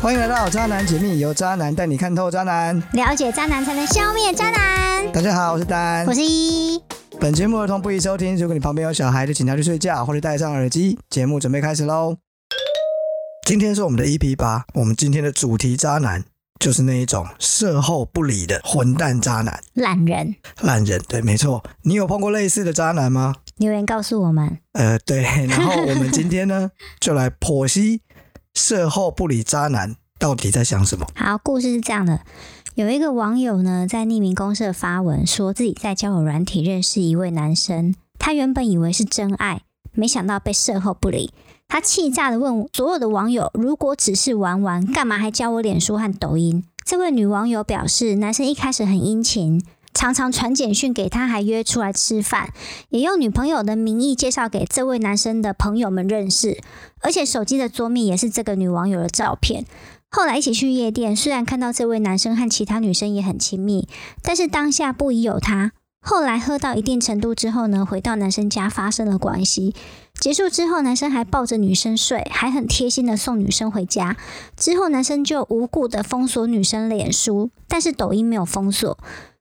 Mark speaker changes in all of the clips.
Speaker 1: 欢迎来到《渣男解密》，由渣男带你看透渣男。
Speaker 2: 了解渣男才能消灭渣男。
Speaker 1: 大家好，我是丹
Speaker 2: 我。是一，
Speaker 1: 本节目儿童不宜收听，如果你旁边有小孩，就请他去睡觉或者戴上耳机。节目准备开始喽。今天是我们的 EP 八，我们今天的主题渣男就是那一种事后不理的混蛋渣男、
Speaker 2: 懒人，
Speaker 1: 烂人。对，没错。你有碰过类似的渣男吗？
Speaker 2: 留言告诉我们。
Speaker 1: 呃，对，然后我们今天呢，就来剖析事后不理渣男到底在想什么。
Speaker 2: 好，故事是这样的。有一个网友呢，在匿名公社发文，说自己在交友软体认识一位男生，他原本以为是真爱，没想到被事后不理。他气炸的问所有的网友：“如果只是玩玩，干嘛还加我脸书和抖音？”这位女网友表示，男生一开始很殷勤，常常传简讯给他，还约出来吃饭，也用女朋友的名义介绍给这位男生的朋友们认识，而且手机的桌面也是这个女网友的照片。后来一起去夜店，虽然看到这位男生和其他女生也很亲密，但是当下不疑有他。后来喝到一定程度之后呢，回到男生家发生了关系。结束之后，男生还抱着女生睡，还很贴心的送女生回家。之后，男生就无故的封锁女生脸书，但是抖音没有封锁。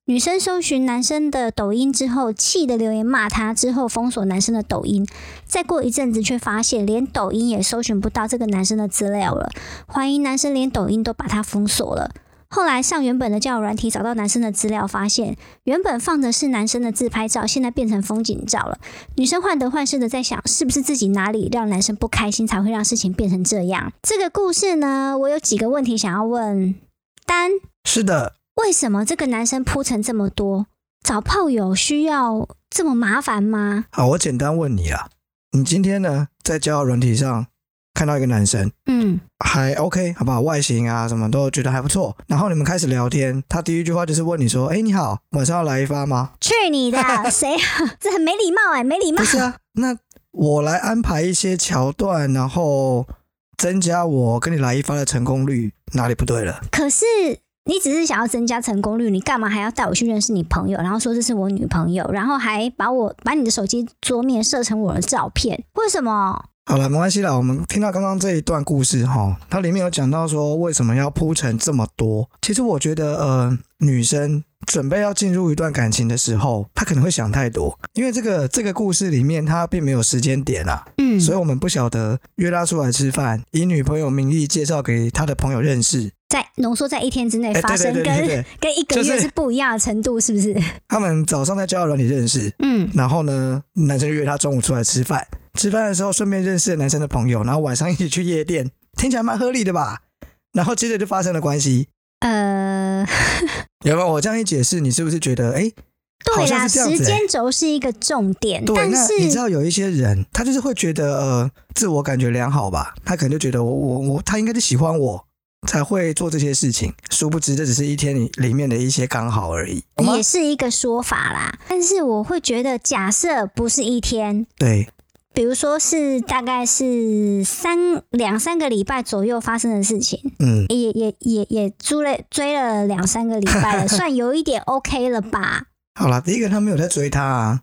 Speaker 2: 女生搜寻男生的抖音之后，气的留言骂他，之后封锁男生的抖音。再过一阵子，却发现连抖音也搜寻不到这个男生的资料了。怀疑男生连抖音都把他封锁了。后来上原本的交友软体找到男生的资料，发现原本放的是男生的自拍照，现在变成风景照了。女生患得患失的在想，是不是自己哪里让男生不开心，才会让事情变成这样？这个故事呢，我有几个问题想要问丹：
Speaker 1: 是的，
Speaker 2: 为什么这个男生铺陈这么多？找炮友需要这么麻烦吗？
Speaker 1: 好，我简单问你啊，你今天呢在交友软体上看到一个男生，
Speaker 2: 嗯，
Speaker 1: 还 OK，好不好？外形啊什么都觉得还不错，然后你们开始聊天，他第一句话就是问你说：“哎，你好，晚上要来一发吗
Speaker 2: 去你的！ 谁？这很没礼貌哎、没礼？”貌
Speaker 1: 不。是啊，那我来安排一些桥段，然后增加我跟你来一发的成功率，哪里不对了？
Speaker 2: 可是你只是想要增加成功率，你干嘛还要带我去认识你朋友，然后说这是我女朋友，然后还把我把你的手机桌面设成我的照片？为什么？
Speaker 1: 好了，没关系啦。我们听到刚刚这一段故事哈，它里面有讲到说为什么要铺陈这么多。其实我觉得，呃，女生准备要进入一段感情的时候，她可能会想太多，因为这个这个故事里面它并没有时间点啊，
Speaker 2: 嗯
Speaker 1: 所以我们不晓得约她出来吃饭，以女朋友名义介绍给她的朋友认识，
Speaker 2: 在浓缩在一天之内
Speaker 1: 哎，对
Speaker 2: 发
Speaker 1: 对
Speaker 2: 生，
Speaker 1: 对
Speaker 2: 跟
Speaker 1: 对对，
Speaker 2: 跟一个
Speaker 1: 就
Speaker 2: 月
Speaker 1: 是
Speaker 2: 是不一样的程度，是不是？
Speaker 1: 他们早上在交友软体认识，
Speaker 2: 嗯，
Speaker 1: 然后呢，男生就约她中午出来吃饭，吃饭的时候顺便认识了男生的朋友，然后晚上一起去夜店，听起来蛮合理的吧？然后接着就发生了关系，
Speaker 2: 呃，
Speaker 1: 有没有？我这样一解释，你是不是觉得，哎、好
Speaker 2: 对啦，
Speaker 1: 像是这样
Speaker 2: 时
Speaker 1: 子、哎
Speaker 2: 间轴是一个重点，
Speaker 1: 对，
Speaker 2: 但
Speaker 1: 那你知
Speaker 2: 是
Speaker 1: 道有一些人，他就是会觉得，呃，自我感觉良好吧，他可能就觉得我我我，他应该是喜欢我才会做这些事情，殊不知这只是一天里里面的一些刚好而已，好吗
Speaker 2: 也？是一个说法啦。但是我会觉得，假设不是一天，
Speaker 1: 对，
Speaker 2: 比如说是大概是三两三个礼拜左右发生的事情，
Speaker 1: 嗯，
Speaker 2: 也也也也追了追了两三个礼拜了，算有一点 OK 了吧？
Speaker 1: 好啦，第一个他没有在追他啊，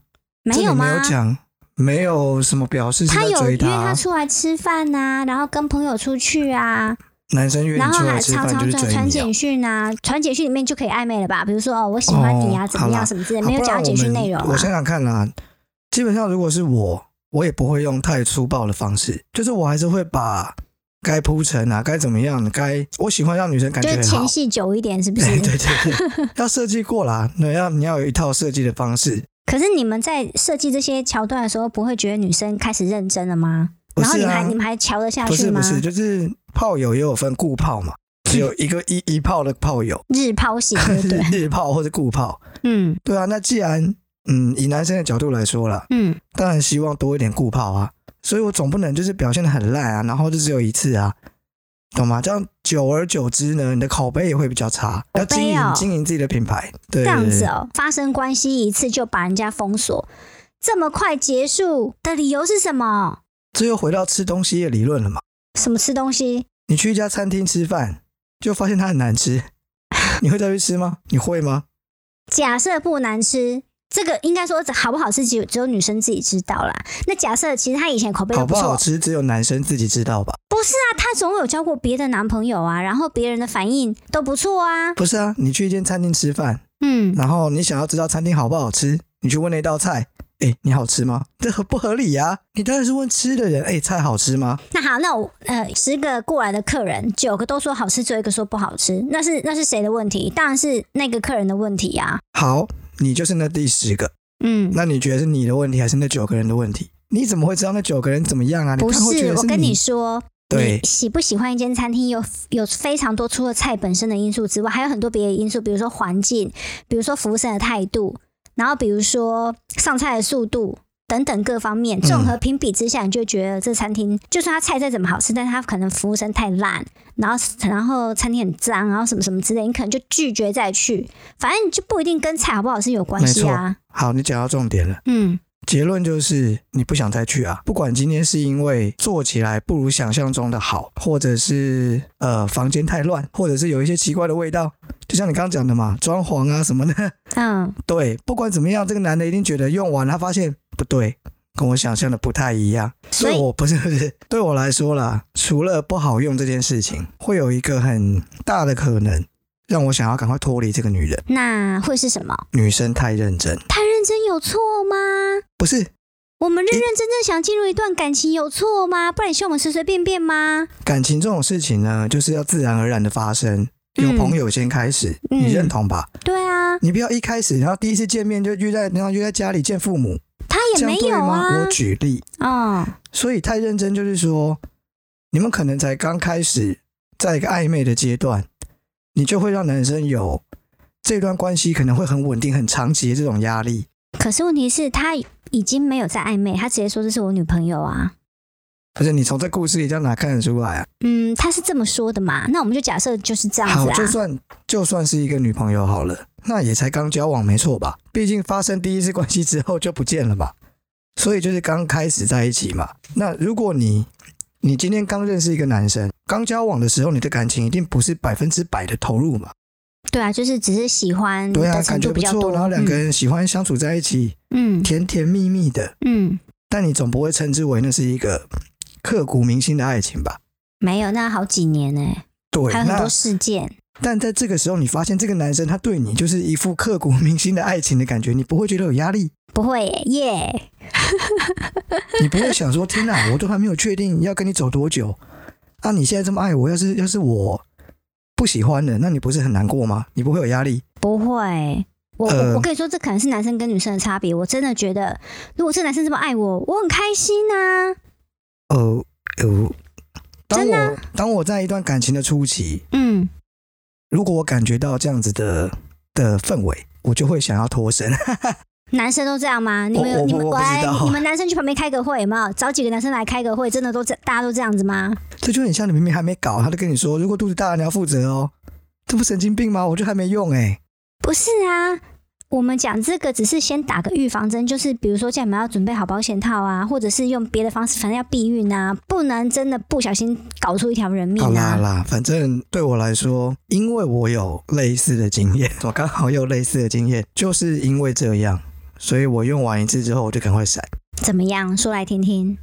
Speaker 1: 这
Speaker 2: 没
Speaker 1: 里
Speaker 2: 有
Speaker 1: 没
Speaker 2: 吗
Speaker 1: 有？讲，没有什么表示是
Speaker 2: 他
Speaker 1: 在
Speaker 2: 有
Speaker 1: 追
Speaker 2: 约
Speaker 1: 啊
Speaker 2: 他出来吃饭啊，然后跟朋友出去啊，
Speaker 1: 男生约
Speaker 2: 然
Speaker 1: 你
Speaker 2: 后
Speaker 1: 出
Speaker 2: 还
Speaker 1: 来吃
Speaker 2: 常
Speaker 1: 饭就
Speaker 2: 常
Speaker 1: 是
Speaker 2: 传
Speaker 1: 追
Speaker 2: 传
Speaker 1: 你、啊
Speaker 2: 简。讯啊，传简讯里面就可以暧昧了吧？比如说哦，我喜欢你啊，
Speaker 1: 哦
Speaker 2: 怎么
Speaker 1: 好啦
Speaker 2: 样什么之类，
Speaker 1: 好
Speaker 2: 没有
Speaker 1: 不然
Speaker 2: 讲
Speaker 1: 我
Speaker 2: 简讯
Speaker 1: 们
Speaker 2: 内容啊
Speaker 1: 我。想想看啦，基本上如果是我，我也不会用太粗暴的方式，就是我还是会把该铺陈啊，该怎么样，该我喜欢让女生感
Speaker 2: 就
Speaker 1: 觉
Speaker 2: 是
Speaker 1: 很
Speaker 2: 前
Speaker 1: 好。
Speaker 2: 戏久一点，是不是？
Speaker 1: 对对对，对要设计过啦， 那要你要有一套设计的方式。
Speaker 2: 可是你们在设计这些桥段的时候，不会觉得女生开始认真了吗？
Speaker 1: 不
Speaker 2: 然后
Speaker 1: 是
Speaker 2: 你们
Speaker 1: 啊
Speaker 2: 还你，们还瞧得下
Speaker 1: 不
Speaker 2: 去
Speaker 1: 是
Speaker 2: 吗
Speaker 1: 不？是，就是炮友也有分固炮 嘛，只有一个一一炮的炮友，
Speaker 2: 日抛型，对不对？
Speaker 1: 日炮或者固炮。
Speaker 2: 嗯
Speaker 1: 对啊，那既然嗯，以男生的角度来说啦，
Speaker 2: 嗯，
Speaker 1: 当然希望多一点顾炮啊，所以我总不能就是表现的很烂啊，然后就只有一次啊，懂吗？这样久而久之呢，你的口碑也会比较差。要经营、
Speaker 2: 口碑哦
Speaker 1: 经营自己的品牌，对
Speaker 2: 这样子
Speaker 1: 对
Speaker 2: 哦，发生关系一次就把人家封锁，这么快结束的理由是什么？
Speaker 1: 这又回到吃东西的理论了嘛？
Speaker 2: 什么吃东西？
Speaker 1: 你去一家餐厅吃饭，就发现 它很难吃，你会再去吃吗？你会吗？
Speaker 2: 假设不难吃，这个应该说好不好吃，只有只有女生自己知道啦。那假设其实她以前口碑
Speaker 1: 好
Speaker 2: 都
Speaker 1: 不
Speaker 2: 不错，
Speaker 1: 好吃只有男生自己知道吧？
Speaker 2: 不是啊，她总有交过别的男朋友啊，然后别人的反应都不错啊。
Speaker 1: 不是啊，你去一间餐厅吃饭，
Speaker 2: 嗯，
Speaker 1: 然后你想要知道餐厅好不好吃，你去问那道菜，哎、你好吃吗？这合不合理呀、你当然是问吃的人，哎、菜好吃吗？
Speaker 2: 那好，那我呃十个过来的客人，九个都说好吃，只有一个说不好吃，那是那是谁的问题？当然是那个客人的问题啊。
Speaker 1: 好，你就是那第十个，
Speaker 2: 嗯，
Speaker 1: 那你觉得是你的问题还是那九个人的问题？你怎么会知道那九个人怎么样啊？你
Speaker 2: 不
Speaker 1: 看会觉
Speaker 2: 是，
Speaker 1: 得
Speaker 2: 我跟你
Speaker 1: 你
Speaker 2: 说，
Speaker 1: 对
Speaker 2: 你喜不喜欢一间餐厅有有非常多，除了菜本身的因素之外，还有很多别的因素，比如说环境，比如说服务生的态度，然后比如说上菜的速度。等等各方面，综合评比之下，你就觉得这餐厅、就算它菜再怎么好吃，但它可能服务生太烂，然后然后餐厅很脏，然后什么什么之类，你可能就拒绝再去。反正就不一定跟菜好不好吃有关系啊。
Speaker 1: 好，你讲到重点了。
Speaker 2: 嗯，
Speaker 1: 结论就是你不想再去啊。不管今天是因为做起来不如想象中的好，或者是呃房间太乱，或者是有一些奇怪的味道，就像你刚刚讲的嘛，装潢啊什么的。
Speaker 2: 嗯，
Speaker 1: 对，不管怎么样，这个男的一定觉得用完他发现不对，跟我想象的不太一样。
Speaker 2: 所
Speaker 1: 对
Speaker 2: 以
Speaker 1: 我不是不是，对我来说啦，除了不好用这件事情，会有一个很大的可能让我想要赶快脱离这个女人。
Speaker 2: 那会是什么？
Speaker 1: 女生太认真，
Speaker 2: 太认真有错吗？
Speaker 1: 不是
Speaker 2: 我们认认真真想进入一段感情有错吗？不然你希望我们随随便便吗？
Speaker 1: 感情这种事情呢，就是要自然而然的发生。
Speaker 2: 嗯
Speaker 1: 有朋友先开始，
Speaker 2: 嗯
Speaker 1: 你认同吧？
Speaker 2: 对啊，
Speaker 1: 你不要一开始，然后第一次见面就约在，然后约在家里见父母，
Speaker 2: 他也
Speaker 1: 这样
Speaker 2: 没
Speaker 1: 对
Speaker 2: 有
Speaker 1: 吗？
Speaker 2: 啊
Speaker 1: 我。举例，
Speaker 2: 哦，
Speaker 1: 所以太认真就是说，你们可能才刚开始，在一个暧昧的阶段，你就会让男生有这段关系可能会很稳定、很长期的这种压力。
Speaker 2: 可是问题是，他已经没有在暧昧，他直接说这是我女朋友啊。
Speaker 1: 而且你从这故事里这样哪看得出来啊？
Speaker 2: 嗯，他是这么说的嘛？那我们就假设就是这样
Speaker 1: 好
Speaker 2: 子，啊
Speaker 1: 就。算就算是一个女朋友好了，那也才刚交往没错吧？毕竟发生第一次关系之后就不见了嘛，所以就是刚开始在一起嘛。那如果你你今天刚认识一个男生，刚交往的时候，你的感情一定不是百分之百的投入嘛？
Speaker 2: 对啊，就是只是喜欢
Speaker 1: 对啊，
Speaker 2: 的
Speaker 1: 感
Speaker 2: 程
Speaker 1: 觉
Speaker 2: 度
Speaker 1: 不
Speaker 2: 比较
Speaker 1: 错，
Speaker 2: 多。
Speaker 1: 然后两个人喜欢相处在一起，
Speaker 2: 嗯
Speaker 1: 甜甜蜜蜜的，
Speaker 2: 嗯嗯，
Speaker 1: 但你总不会称之为那是一个刻骨铭心的爱情吧？
Speaker 2: 没有，那好几年呢、
Speaker 1: 对，
Speaker 2: 还有很
Speaker 1: 那
Speaker 2: 多事件。
Speaker 1: 但在这个时候，你发现这个男生他对你就是一副刻骨铭心的爱情的感觉，你不会觉得有压 力，
Speaker 2: 不会耶耶
Speaker 1: 你不会想说天哪，我都还没有确定要跟你走多久，啊，你现在这么爱我，要是要是我不喜欢了，那你不是很难过吗？你不会有压力？
Speaker 2: 不会。我
Speaker 1: 呃
Speaker 2: 我我跟你说，这可能是男生跟女生的差别。我真的觉得，如果这男生这么爱我，我很开心啊。
Speaker 1: 呃呃，当
Speaker 2: 真的啊
Speaker 1: 我当我在一段感情的初期，
Speaker 2: 嗯，
Speaker 1: 如果我感觉到这样子的的氛围，我就会想要脱身。
Speaker 2: 男生都这样吗？你
Speaker 1: 我
Speaker 2: 们有
Speaker 1: 我
Speaker 2: 你们
Speaker 1: 我不
Speaker 2: 来
Speaker 1: 知道
Speaker 2: 你们男生去旁边开个会有没有？找几个男生来开个会，真的都这大家都这样子吗？
Speaker 1: 这就很像你明明还没搞，他就跟你说，如果肚子大你要负责哦，这不神经病吗？我就还没用哎、
Speaker 2: 不是啊，我们讲这个只是先打个预防针，就是比如说叫你们要准备好保险套啊，或者是用别的方式，反正要避孕啊，不能真的不小心搞出一条人命
Speaker 1: 好啦好
Speaker 2: 啊。
Speaker 1: 啦，反正对我来说，因为我有类似的经验， 我刚好有类似的经验，就是因为这样，所以我用完一次之后我就赶快闪。
Speaker 2: 怎么样？说来听听。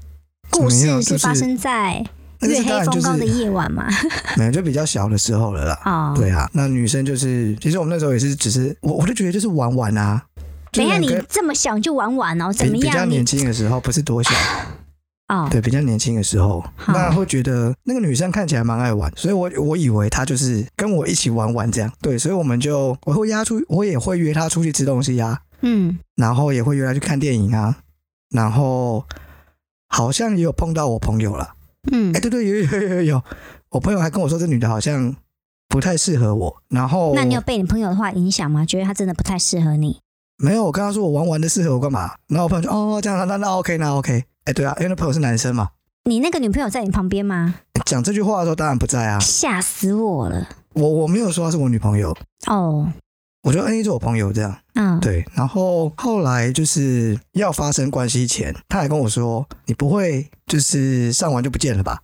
Speaker 1: 怎
Speaker 2: 故
Speaker 1: 么样
Speaker 2: 事
Speaker 1: 就是是
Speaker 2: 发生在
Speaker 1: 那个
Speaker 2: 月
Speaker 1: 是当然
Speaker 2: 黑
Speaker 1: 就
Speaker 2: 风高的
Speaker 1: 是
Speaker 2: 夜晚嘛？
Speaker 1: 没有，就比较小的时候了啦。
Speaker 2: 哦，
Speaker 1: 对啊，那女生就是，其实我们那时候也是，只是我我就觉得就是玩玩啊。就是
Speaker 2: 等一下，
Speaker 1: 两
Speaker 2: 你
Speaker 1: 个
Speaker 2: 这么想就玩玩哦？怎么
Speaker 1: 比比较
Speaker 2: 样？你
Speaker 1: 年轻的时候，不是多 小，
Speaker 2: 哦，
Speaker 1: 对，比较年轻的时候，
Speaker 2: 好
Speaker 1: 那会觉得那个女生看起来蛮爱玩，所以我我以为她就是跟我一起玩玩这样，对，所以我们就我会约她出，我也会约她出去吃东西啊，
Speaker 2: 嗯，
Speaker 1: 然后也会约她去看电影啊，然后好像也有碰到我朋友了，
Speaker 2: 嗯
Speaker 1: 哎、，对对，有有有有有，我朋友还跟我说这女的好像不太适合我，然后
Speaker 2: 那你有被你朋友的话影响吗？觉得他真的不太适合你？
Speaker 1: 没有？我跟她说我玩玩的适合我干嘛？然后我朋友就哦这样，那那那 OK 那 OK，哎、对啊，因为那朋友是男生嘛，
Speaker 2: 你那个女朋友在你旁边吗？
Speaker 1: 讲这句话的时候当然不在啊，
Speaker 2: 吓死我了！
Speaker 1: 我我没有说她是我女朋友。
Speaker 2: 哦，
Speaker 1: 我就嗯，你是我朋友这样，
Speaker 2: 嗯，
Speaker 1: 对。然后后来就是要发生关系前，他还跟我说：“你不会就是上完就不见了吧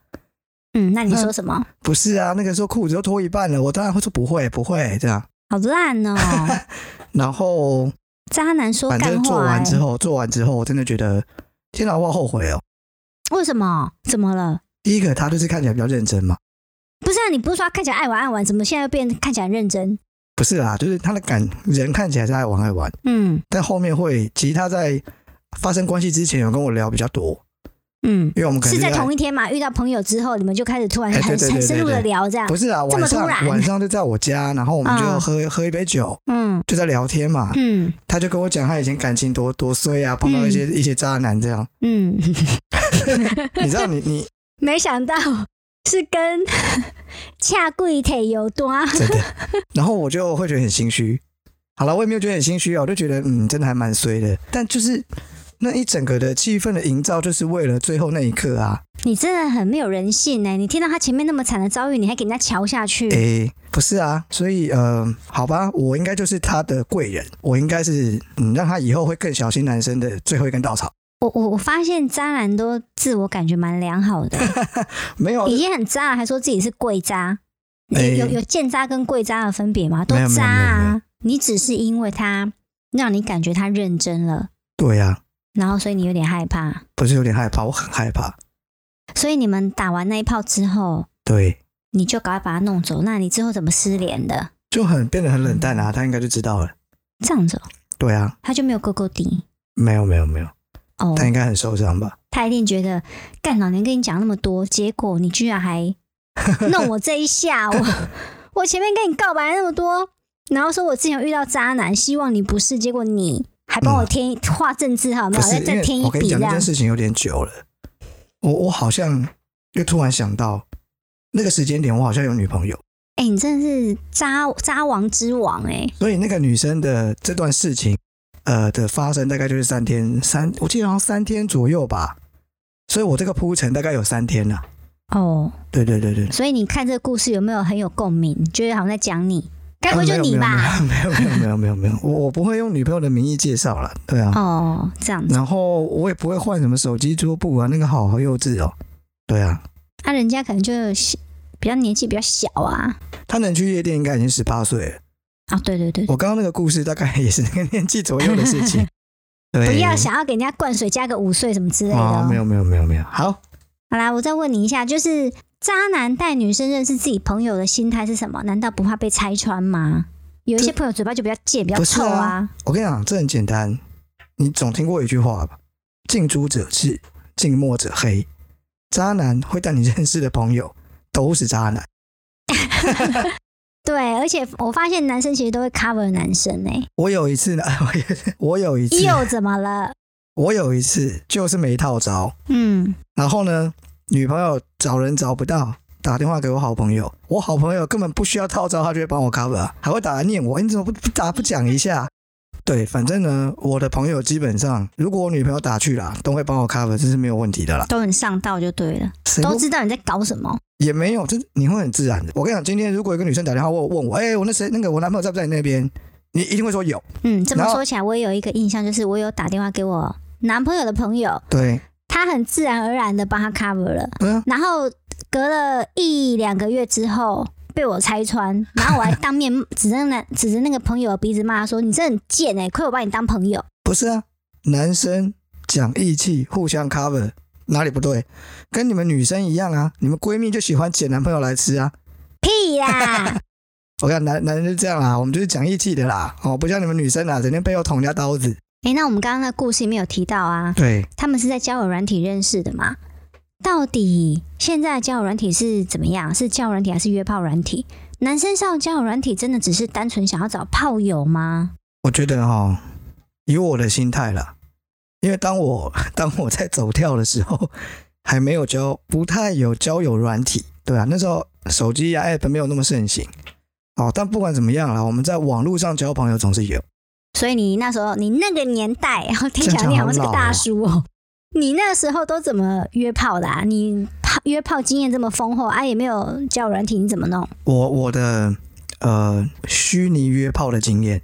Speaker 2: 嗯，那你说什么？？”
Speaker 1: 不是啊，那个时候裤子都 脱一半了，我当然会说不会，不会这样。
Speaker 2: 好烂哦！
Speaker 1: 然后
Speaker 2: 渣男说
Speaker 1: 反
Speaker 2: 干
Speaker 1: 正做
Speaker 2: 话、
Speaker 1: 完之
Speaker 2: 欸，
Speaker 1: 后，做完之后，我真的觉得，天哪，我好后悔哦。
Speaker 2: 哎为什么？怎么了？
Speaker 1: 第一个，他就是看起来比较认真嘛，
Speaker 2: 不是啊，你不是说他看起来爱玩爱玩，怎么现在又变看起来很认真？
Speaker 1: 不是啦，就是他的感人看起来是爱玩爱玩，
Speaker 2: 嗯
Speaker 1: 但后面会，其实他在发生关系之前有跟我聊比较多，
Speaker 2: 嗯，
Speaker 1: 因为我们可能
Speaker 2: 是在
Speaker 1: 就
Speaker 2: 同一天嘛？遇到朋友之后，你们就开始突然
Speaker 1: 哎对
Speaker 2: 很、
Speaker 1: 对
Speaker 2: 很
Speaker 1: 对
Speaker 2: 深入
Speaker 1: 对
Speaker 2: 的
Speaker 1: 对
Speaker 2: 聊这样
Speaker 1: 不。是啊，晚
Speaker 2: 这么
Speaker 1: 上
Speaker 2: 突然
Speaker 1: 晚上就在我家，然后我们就
Speaker 2: 嗯
Speaker 1: 喝、喝一杯酒，
Speaker 2: 嗯
Speaker 1: 就在聊天嘛。
Speaker 2: 嗯
Speaker 1: 他就跟我讲他以前感情多多衰啊，碰到一些、一些渣男这 样。
Speaker 2: 嗯，
Speaker 1: 你知道你你
Speaker 2: 没想到是跟 恰贵腿有多。啊
Speaker 1: 真的，然后我就会觉得很心虚。好了，我也没有觉得很心虚啊，我就觉得嗯，真的还蛮衰的。但就是那一整个的气氛的营造，就是为了最后那一刻啊。
Speaker 2: 你真的很没有人性呢、你听到他前面那么惨的遭遇，你还给人家瞧下去？
Speaker 1: 诶、不是啊，所以呃，好吧，我应该就是他的贵人，我应该是嗯，让他以后会更小心男生的最后一根稻草。
Speaker 2: 我我我发现渣男都自我感觉蛮良好 的，
Speaker 1: 没有，
Speaker 2: 已经很渣了，还说自己是贵渣。有
Speaker 1: 哎
Speaker 2: 有有贱渣跟贵渣的分别吗？都
Speaker 1: 没有没有
Speaker 2: 渣
Speaker 1: 没有没
Speaker 2: 啊！你只是因为他让你感觉他认真了，
Speaker 1: 对呀、啊，
Speaker 2: 然后所以你有点害怕。
Speaker 1: 不是有点害怕，我很害怕。
Speaker 2: 所以你们打完那一炮之后，
Speaker 1: 对，
Speaker 2: 你就赶快把他弄走。那你之后怎么失联的？
Speaker 1: 就很变得很冷淡啊，他应该就知道了。
Speaker 2: 这样子哦，
Speaker 1: 对啊，
Speaker 2: 他就没有勾勾底
Speaker 1: 没有没有没有，
Speaker 2: 哦。
Speaker 1: 他应该很受伤吧？
Speaker 2: 他一定觉得，干老娘跟你讲那么多，结果你居 然还弄我这一下，我我前面跟你告白那么多，然后说我之前有遇到渣男，希望你不是，结果你还帮我添一画政治好没
Speaker 1: 不
Speaker 2: 有？
Speaker 1: 是，
Speaker 2: 再
Speaker 1: 因
Speaker 2: 再添
Speaker 1: 为我
Speaker 2: 一
Speaker 1: 跟你
Speaker 2: 笔
Speaker 1: 讲
Speaker 2: 这
Speaker 1: 这
Speaker 2: 样
Speaker 1: 件，事情有点久了，我我好像又突然想到那个时间点，我好像有女朋友，
Speaker 2: 哎、你真的是渣渣王之王哎、
Speaker 1: 所以那个女生的这段事情，呃的发生大概就是三天三，我记得好像三天左右吧，所以我这个铺陈大概有三天啦、
Speaker 2: 哦，
Speaker 1: 对对对对，
Speaker 2: 所以你看这个故事有没有很有共鸣？觉得好像在讲你，该不会就
Speaker 1: 啊
Speaker 2: 你吧？？
Speaker 1: 没有没有没有没有没有没有没有，我我不会用女朋友的名义介绍啦，对啊，
Speaker 2: 哦，这样子，
Speaker 1: 然后我也不会换什么手机桌布啊，那个好好幼稚哦。对啊，
Speaker 2: 那、人家可能就是比较年纪比较小啊。
Speaker 1: 他能去夜店应该已经十八岁了。
Speaker 2: 啊、对对对，
Speaker 1: 我刚刚那个故事大概也是那个年纪左右的事 情。对，
Speaker 2: 不要想要给人家灌水加个五岁什么之类的、
Speaker 1: 哦
Speaker 2: 哦。，
Speaker 1: 哎没有没有没有没有，好，
Speaker 2: 好啦，我再问你一下，就是渣男带女生认识自己朋友的心态是什么？难道不怕被拆穿吗？有一些朋友嘴巴就比较贱，比较
Speaker 1: 不是
Speaker 2: 臭啊。
Speaker 1: 我跟你讲，这很简单，你总听过一句话吧？近朱者赤，近墨者黑。渣男会带你认识的朋友都是渣男，
Speaker 2: 对，而且我发现男生其实都会 cover 男生呢、
Speaker 1: 我有一次呢， 我有一次，
Speaker 2: 又怎么了？
Speaker 1: 我有一次就是没套招，
Speaker 2: 嗯，
Speaker 1: 然后呢，女朋友找人找不到，打电话给我好朋友，我好朋友根本不需要套招，他就会帮我 cover，啊还会打来念我，哎你怎么不不打不讲一下？对，反正呢，我的朋友基本上，如果我女朋友打去啦，都会帮我 cover，这是没有问题的啦。
Speaker 2: 都很上道就对了，
Speaker 1: 谁
Speaker 2: 都
Speaker 1: 不
Speaker 2: 知道你在搞什么。
Speaker 1: 也没有，这你会很自然的。我跟你讲，今天如果有一个女生打电话问问我，哎、我那谁那个我男朋友在不在你那边？你一定会说有，
Speaker 2: 嗯，这么
Speaker 1: 然后
Speaker 2: 说起来，我也有一个印象，就是我有打电话给我男朋友的朋友，
Speaker 1: 对，
Speaker 2: 他很自然而然的帮他 cover 了。
Speaker 1: 嗯、
Speaker 2: 然后隔了一两个月之后被我拆穿，然后我还当面指着那指着那个朋友的鼻子骂他说：“你这很贱哎、亏我把你当朋友。
Speaker 1: 不是啊，男生讲义气，互相 cover，哪里不对？跟你们女生一样啊，你们闺蜜就喜欢捡男朋友来吃啊。”
Speaker 2: 屁啦！
Speaker 1: 我看男男人就这样啊啦，我们就是讲义气的啦，哦，不像你们女生啦，整天背后捅人家刀子。
Speaker 2: 哎、那我们刚刚那故事里面有提到啊，
Speaker 1: 对，
Speaker 2: 他们是在交友软体认识的嘛？到底现在的交友软体是怎么样？是交友软体还是约炮软体？男生上交友软体真的只是单纯想要找炮友吗？
Speaker 1: 我觉得哈、哦，以我的心态啦，因为当我 当我在走跳的时候，还没有交，不太有交友软体，对啊，那时候手机呀、app 没有那么盛行。哦，但不管怎么样啦，我们在网络上交朋友总是有。
Speaker 2: 所以你那时候，你那个年代，然后听起来你好像是个大叔哦。你那时候都怎么约炮的啊？你炮约炮经验这么丰厚啊，也没有交友软体，你怎么弄？
Speaker 1: 我我的呃虚拟约炮的经验，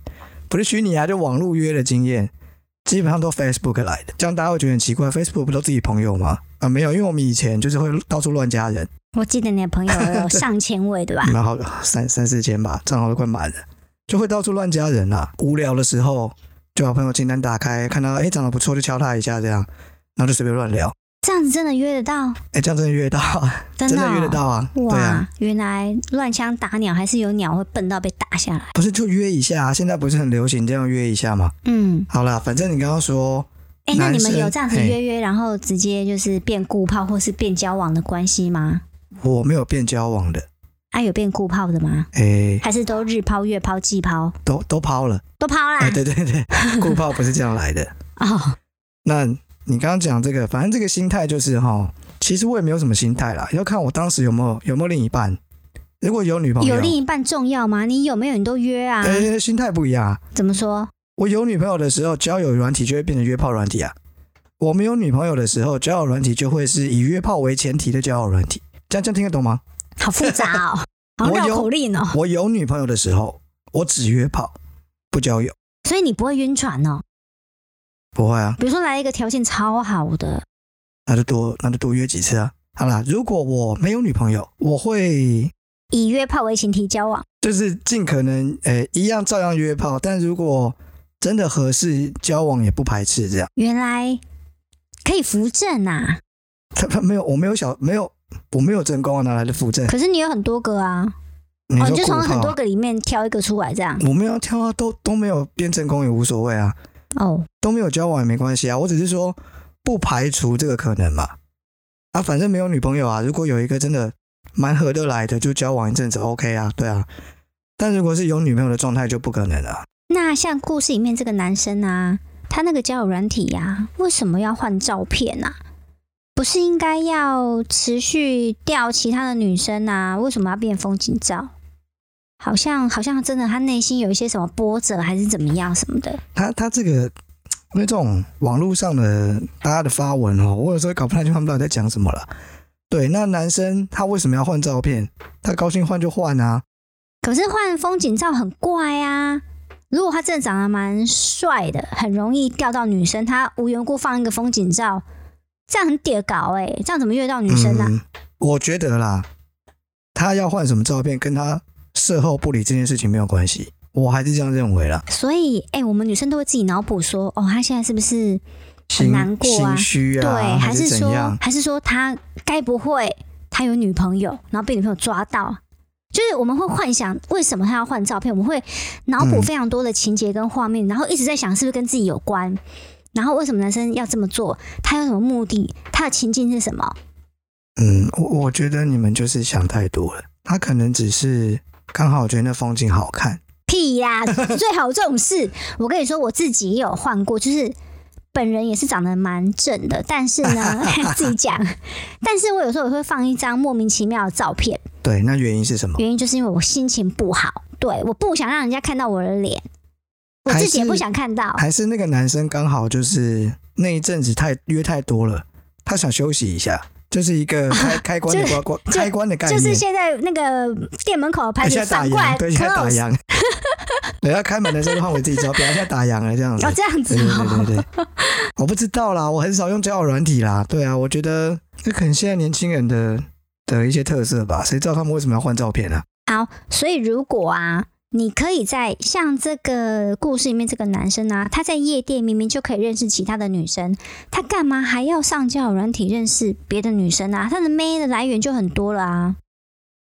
Speaker 1: 不是虚拟啊，就网络约的经验，基本上都 Facebook 来的。这样大家会觉得很奇怪，Facebook 不都自己朋友吗？啊、没有，因为我们以前就是会到处乱加人，
Speaker 2: 我记得你的朋友有上千位，对吧？
Speaker 1: 然啊后三三四千吧，账号都快满了，就会到处乱加人啦、无聊的时候就把朋友清单打开，看到哎、诶长得不错就敲他一下这样，然后就随便乱聊，
Speaker 2: 这样子真的约得到？
Speaker 1: 哎、这样真的约得到 啊，真
Speaker 2: 的哦
Speaker 1: 的约得到啊，
Speaker 2: 哇！
Speaker 1: 对啊，
Speaker 2: 原来乱枪打鸟还是有鸟会笨到被打下来。
Speaker 1: 不是就约一下、啊，现在不是很流行这样约一下嘛？
Speaker 2: 嗯，
Speaker 1: 好啦，反正你刚刚说
Speaker 2: 哎、那你
Speaker 1: 男
Speaker 2: 们
Speaker 1: 生
Speaker 2: 有这样子
Speaker 1: 嘿
Speaker 2: 约约，然后直接就是变固炮或是变交往的关系吗？
Speaker 1: 我没有变交往的，
Speaker 2: 啊，有变固炮的吗？
Speaker 1: 哎、
Speaker 2: 还是都日抛、月抛、季抛
Speaker 1: 都都抛了，
Speaker 2: 都抛啦？
Speaker 1: 哎、对对 对，顾抛不是这样来的。
Speaker 2: 哦，
Speaker 1: 那你刚刚讲这个，反正这个心态就是哈，其实我也没有什么心态啦，要看我当时有没有有没有另一半。如果有女朋友，
Speaker 2: 有另一半重要吗？你有没有你都约啊？
Speaker 1: 哎、心态不一样啊。
Speaker 2: 怎么说？
Speaker 1: 我有女朋友的时候，交友软体就会变成约炮软体啊。我没有女朋友的时候，交友软体就会是以约炮为前提的交友软体。这样这样听得懂吗？
Speaker 2: 好复 杂哦，好
Speaker 1: 我有
Speaker 2: 绕口令哦。
Speaker 1: 我有女朋友的时候，我只约炮，不交友。
Speaker 2: 所以你不会晕船哦。
Speaker 1: 不会啊，
Speaker 2: 比如说来一个条件超好的，
Speaker 1: 那就多那就多约几次啊。好啦，如果我没有女朋友，我会
Speaker 2: 以约炮为前提交往，
Speaker 1: 就是尽可能，呃、一样照样约炮，但如果真的合适，交往也不排斥这样。
Speaker 2: 原来可以扶正啊。
Speaker 1: 他他没有，我没有小没有，我没有正宫啊，哪来的扶正？
Speaker 2: 可是你有很多个啊，
Speaker 1: 你
Speaker 2: 哦，
Speaker 1: 说
Speaker 2: 你就
Speaker 1: 顾
Speaker 2: 从
Speaker 1: 炮
Speaker 2: 很多个里面挑一个出来这样。
Speaker 1: 我们要挑啊，都都没有变正宫也无所谓啊，
Speaker 2: 哦，
Speaker 1: 都没有交往也没关系啊。我只是说不排除这个可能嘛。啊，反正没有女朋友啊，如果有一个真的蛮合得来的，就交往一阵子 OK 啊，对啊。但如果是有女朋友的状态就不可能了、啊。
Speaker 2: 那像故事里面这个男生啊，他那个交友软体呀、为什么要换照片啊？不是应该要持续钓其他的女生啊？为什么要变风景照？好像好像真的，他内心有一些什么波折，还是怎么样什么的。
Speaker 1: 他他这个，因为这种网络上的大家的发文哦，我有时候搞不太清楚他们到底在讲什么了。对，那男生他为什么要换照片？他高兴换就换啊。
Speaker 2: 可是换风景照很怪啊！如果他真的长得蛮帅的，很容易钓到女生。他无缘故放一个风景照，这样很屌搞哎、这样怎么约到女生啊？
Speaker 1: 嗯，我觉得啦，他要换什么照片跟他事后不理这件事情没有关系，我还是这样认为啦。
Speaker 2: 所以哎、我们女生都会自己脑补说，哦，他现在是不是、
Speaker 1: 心
Speaker 2: 难过啊
Speaker 1: 心虚啊，
Speaker 2: 对？还
Speaker 1: 还
Speaker 2: 是
Speaker 1: 怎
Speaker 2: 说
Speaker 1: 样，？
Speaker 2: 还是说他该不会他有女朋友，然后被女朋友抓到？就是我们会幻想为什么他要换照片，我们会脑补
Speaker 1: 嗯
Speaker 2: 非常多的情节跟画面，然后一直在想是不是跟自己有关，然后为什么男生要这么做，他有什么目的，他的情境是什么？
Speaker 1: 嗯，我我觉得你们就是想太多了。他可能只是刚好觉得那风景好看，
Speaker 2: 屁呀、最好这种事，我跟你说，我自己也有换过，就是本人也是长得蛮正的，但是 呢，自己讲，但是我有时候也会放一张莫名其妙的照片，
Speaker 1: 对，那原因是什么？
Speaker 2: 原因就是因为我心情不好，对，我不想让人家看到我的脸，我自己也
Speaker 1: 还是
Speaker 2: 不想看到，
Speaker 1: 还是那个男生刚好就是那一阵子太约太多了，他想休息一下，就是一个开 开关的关关
Speaker 2: 就
Speaker 1: 开关的概
Speaker 2: 就
Speaker 1: 念，啊
Speaker 2: 是现在那个店门口的牌
Speaker 1: 哎
Speaker 2: 子
Speaker 1: 现在打
Speaker 2: 反过来
Speaker 1: 烊，对，现在打
Speaker 2: close，
Speaker 1: 烊， 等下开门的时候就换我自己招标，现在打烊了这样子
Speaker 2: 哦，。这样子
Speaker 1: 对对
Speaker 2: 哦，
Speaker 1: 对 对对，我不知道啦，我很少用交友软体啦。对啊，我觉得这可能现在年轻人的的一些特色吧，谁知道他们为什么要换照片啊？
Speaker 2: 好，所以如果啊，你可以在像这个故事里面这个男生啊，他在夜店明明就可以认识其他的女生，他干嘛还要上交友软体认识别的女生啊？他的妹的来源就很多了啊，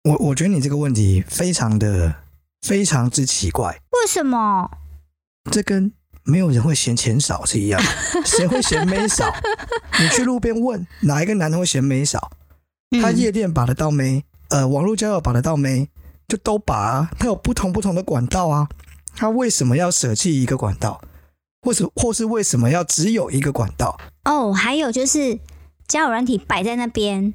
Speaker 1: 我我觉得你这个问题非常的非常之奇怪。
Speaker 2: 为什么？
Speaker 1: 这跟没有人会嫌钱少是一样，的，谁会嫌妹少？ 你去路边问哪一个男的会嫌妹少？他
Speaker 2: 嗯
Speaker 1: 夜店把得到妹，呃，网络交友把得到妹，就都把、啊。他有不同不同的管道啊，他为什么要舍弃一个管道？或是或是为什么要只有一个管道？
Speaker 2: 哦，还有就是交友软体摆在那边，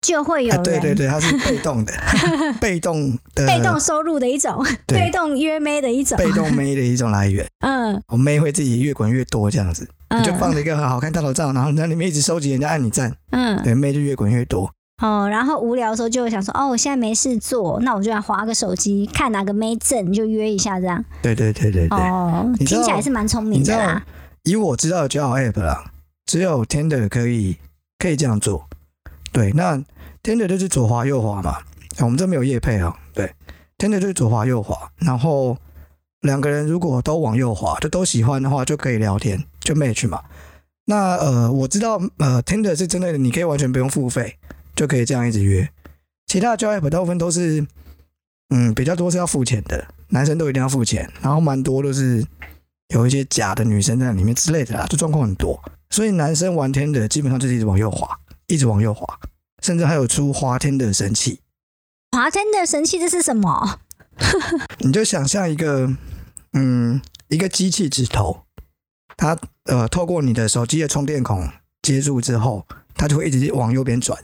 Speaker 2: 就会有
Speaker 1: 啊、
Speaker 2: 人、
Speaker 1: 对对对，它是被动的， 被动的
Speaker 2: 被动收入的一种，
Speaker 1: 对
Speaker 2: 被动约妹的一种，
Speaker 1: 被动妹的一种来源。
Speaker 2: 嗯
Speaker 1: 我妹会自己越滚越多这样子，你就
Speaker 2: 嗯
Speaker 1: 放了一个很好看大头照，然后你在里面一直收集人家按你赞，
Speaker 2: 嗯
Speaker 1: 对，妹就越滚越多。
Speaker 2: 哦，然后无聊的时候就会想说，哦，我现在没事做，那我就来划个手机，看哪个妹正就约一下这样。
Speaker 1: 对对对对对，
Speaker 2: 哦，
Speaker 1: 你知
Speaker 2: 听起来
Speaker 1: 道
Speaker 2: 是蛮聪明
Speaker 1: 你知
Speaker 2: 的
Speaker 1: 道
Speaker 2: 啦。，
Speaker 1: 以我知道的交友 App 啦，只有 Tinder 可以可以这样做。对，那 Tinder 就是左滑右滑嘛，啊我们这没有夜配哦。对，Tinder 就是左滑右滑，然后两个人如果都往右滑，就都喜欢的话，就可以聊天，就 match 嘛。那呃，我知道呃，Tinder 是真的，你可以完全不用付费，就可以这样一直约。其他的交友 app 大部分都是，嗯，比较多是要付钱的，男生都一定要付钱，然后蛮多都是有一些假的女生在里面之类的啦，就状况很多。所以男生玩 Tinder 基本上就是一直往右滑，一直往右滑，甚至还有出滑 Tinder 神器。
Speaker 2: 华天的神器这是什么？
Speaker 1: 你就想象一个，嗯，一个机器指头，它呃透过你的手机的充电孔接入之后，它就会一直往右边转。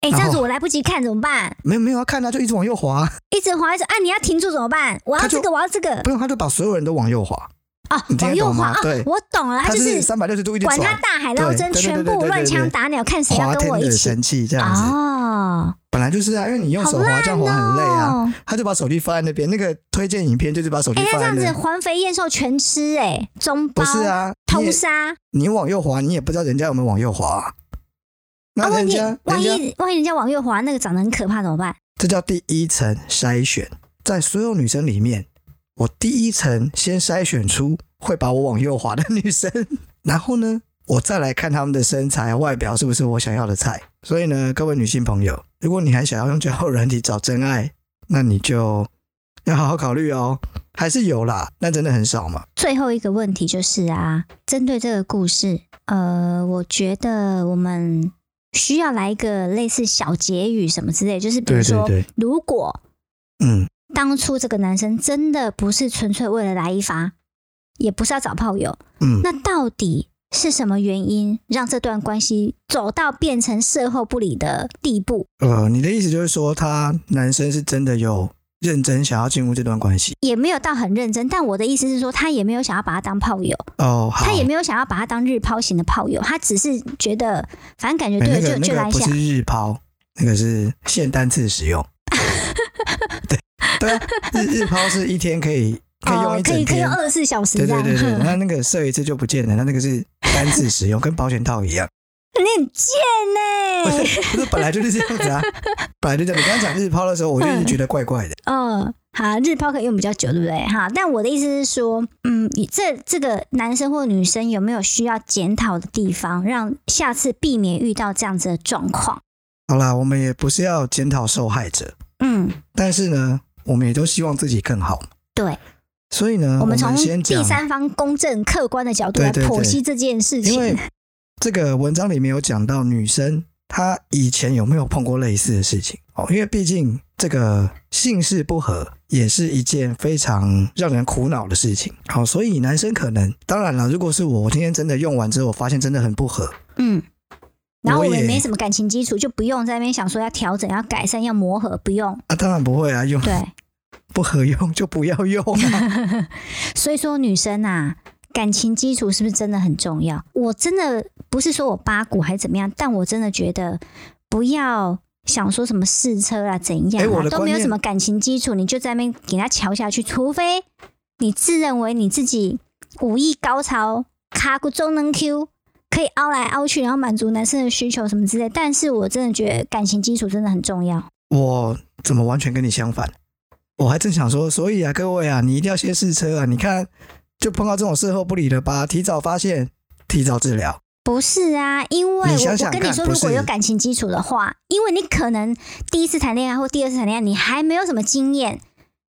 Speaker 2: 哎、这
Speaker 1: 然
Speaker 2: 样
Speaker 1: 后
Speaker 2: 子我来不及看怎么办？
Speaker 1: 没有没有要看它，就一直往右滑啊，
Speaker 2: 一直滑一直啊，你要停住怎么办？我要
Speaker 1: 他就
Speaker 2: 这个，我要这个
Speaker 1: 不用它就把所有人都往右滑，
Speaker 2: 啊
Speaker 1: 你，听
Speaker 2: 往
Speaker 1: 得
Speaker 2: 右
Speaker 1: 懂
Speaker 2: 滑
Speaker 1: 吗
Speaker 2: 啊
Speaker 1: 对，
Speaker 2: 我懂了，他
Speaker 1: 它
Speaker 2: 就是是
Speaker 1: 三百六十度一直
Speaker 2: 管
Speaker 1: 转，
Speaker 2: 他大海捞针，
Speaker 1: 对对对
Speaker 2: 全
Speaker 1: 对对
Speaker 2: 部
Speaker 1: 对
Speaker 2: 乱
Speaker 1: 对
Speaker 2: 枪
Speaker 1: 对
Speaker 2: 打鸟，看谁要
Speaker 1: 滑
Speaker 2: 跟
Speaker 1: 天
Speaker 2: 我一
Speaker 1: 的
Speaker 2: 起
Speaker 1: 神器这样子，
Speaker 2: 哦，
Speaker 1: 本来就是啊，因为你用
Speaker 2: 好
Speaker 1: 手滑
Speaker 2: 烂
Speaker 1: 这样滑很累啊，
Speaker 2: 哦！
Speaker 1: 他就把手机放在那边，那个推荐影片就是把手机
Speaker 2: 哎、那
Speaker 1: 放在
Speaker 2: 这样子
Speaker 1: 那，
Speaker 2: 环肥燕瘦全吃哎、中
Speaker 1: 不
Speaker 2: 包
Speaker 1: 是啊，你
Speaker 2: 通
Speaker 1: 也
Speaker 2: 杀。
Speaker 1: 你往右滑，你也不知道人家有没有往右滑、啊，
Speaker 2: 啊，
Speaker 1: 那
Speaker 2: 万
Speaker 1: 人
Speaker 2: 一
Speaker 1: 家人
Speaker 2: 万
Speaker 1: 家
Speaker 2: 一万一人家往右滑，那个长得很可怕怎么办？
Speaker 1: 这叫第一层筛选，在所有女生里面，我第一层先筛选出会把我往右滑的女生， 然后呢，我再来看她们的身材、外表是不是我想要的菜。所以呢，各位女性朋友，如果你还想要用交友软体找真爱，那你就要好好考虑哦。还是有啦，但真的很少嘛。
Speaker 2: 最后一个问题就是啊，针对这个故事，呃，我觉得我们需要来一个类似小结语什么之类，就是比如说，
Speaker 1: 对，
Speaker 2: 如果
Speaker 1: 嗯，
Speaker 2: 当初这个男生真的不是纯粹为了来一发，也不是要找炮友，
Speaker 1: 嗯
Speaker 2: 那到底是什么原因让这段关系走到变成事后不理的地步？
Speaker 1: 呃，你的意思就是说，他男生是真的有认真想要进入这段关系
Speaker 2: 也没有到很认真，但我的意思是说，他也没有想要把他当炮友。
Speaker 1: 哦。好
Speaker 2: 他也没有想要把他当日抛型的炮友，他只是觉得反正感觉
Speaker 1: 哎
Speaker 2: 对了
Speaker 1: 那
Speaker 2: 就、
Speaker 1: 个那
Speaker 2: 就
Speaker 1: 个
Speaker 2: 来一
Speaker 1: 不
Speaker 2: 下
Speaker 1: 是。日抛，那个是限单次使 用。对对啊，日日抛是一天可以可以用
Speaker 2: 哦
Speaker 1: 一，
Speaker 2: 可
Speaker 1: 整
Speaker 2: 以可以
Speaker 1: 天
Speaker 2: 用，二十四小时
Speaker 1: 对
Speaker 2: 这
Speaker 1: 对
Speaker 2: 样。
Speaker 1: 对对。
Speaker 2: 哼
Speaker 1: 那那个射一次就不见了，那那个是单次使用，跟保险套一样。
Speaker 2: 你很贱
Speaker 1: 不
Speaker 2: 呢、
Speaker 1: 是不是本来就是这样子啊，本来就这样。你刚刚讲日抛的时候，我就一直觉得怪怪的。
Speaker 2: 嗯，好，日抛可以用比较久，对不对？哈，但我的意思是说，嗯，你这这个男生或女生有没有需要检讨的地方，让下次避免遇到这样子的状况？
Speaker 1: 好啦，我们也不是要检讨受害者，
Speaker 2: 嗯，
Speaker 1: 但是呢，我们也都希望自己更好。
Speaker 2: 对，
Speaker 1: 所以呢，
Speaker 2: 我
Speaker 1: 我
Speaker 2: 们从
Speaker 1: 先
Speaker 2: 第
Speaker 1: 讲，
Speaker 2: 三方公正客观的角度来
Speaker 1: 对对对
Speaker 2: 剖析这件事情。
Speaker 1: 因为这个文章里面有讲到女生她以前有没有碰过类似的事情哦，因为毕竟这个姓氏不合也是一件非常让人苦恼的事情。好，所以男生可能，当然了，如果是我，我今天真的用完之后，我发现真的很不合，
Speaker 2: 嗯，然后
Speaker 1: 我
Speaker 2: 我也
Speaker 1: 也
Speaker 2: 没什么感情基础，就不用在那边想说要调整、要改善、要磨合，不用。
Speaker 1: 啊，当然不会啊，用
Speaker 2: 对，
Speaker 1: 不合用就不要用啊。
Speaker 2: 所以说女生啊，感情基础是不是真的很重要？我真的不是说我八股还是怎么样，但我真的觉得不要。想说什么试车啦，怎样
Speaker 1: 哎我
Speaker 2: 啊、
Speaker 1: 的
Speaker 2: 都没
Speaker 1: 观
Speaker 2: 有
Speaker 1: 念
Speaker 2: 什么感情基础，你就在那边给他瞧下去，除非你自认为你自己武艺高超，卡骨中能 Q，可以凹来凹去，然后满足男生的需求什么之类。但是我真的觉得感情基础真的很重要。
Speaker 1: 我怎么完全跟你相反？我还正想说，所以啊，各位啊，你一定要先试车啊！你看，就碰到这种事后不理了吧？提早发现，提早治疗。
Speaker 2: 不是啊，因为
Speaker 1: 你
Speaker 2: 我
Speaker 1: 想想
Speaker 2: 我跟你
Speaker 1: 看
Speaker 2: 说，
Speaker 1: 不
Speaker 2: 如果
Speaker 1: 是
Speaker 2: 有感情基础的话，因为你可能第一次谈恋爱或第二次谈恋爱，你还没有什么经验，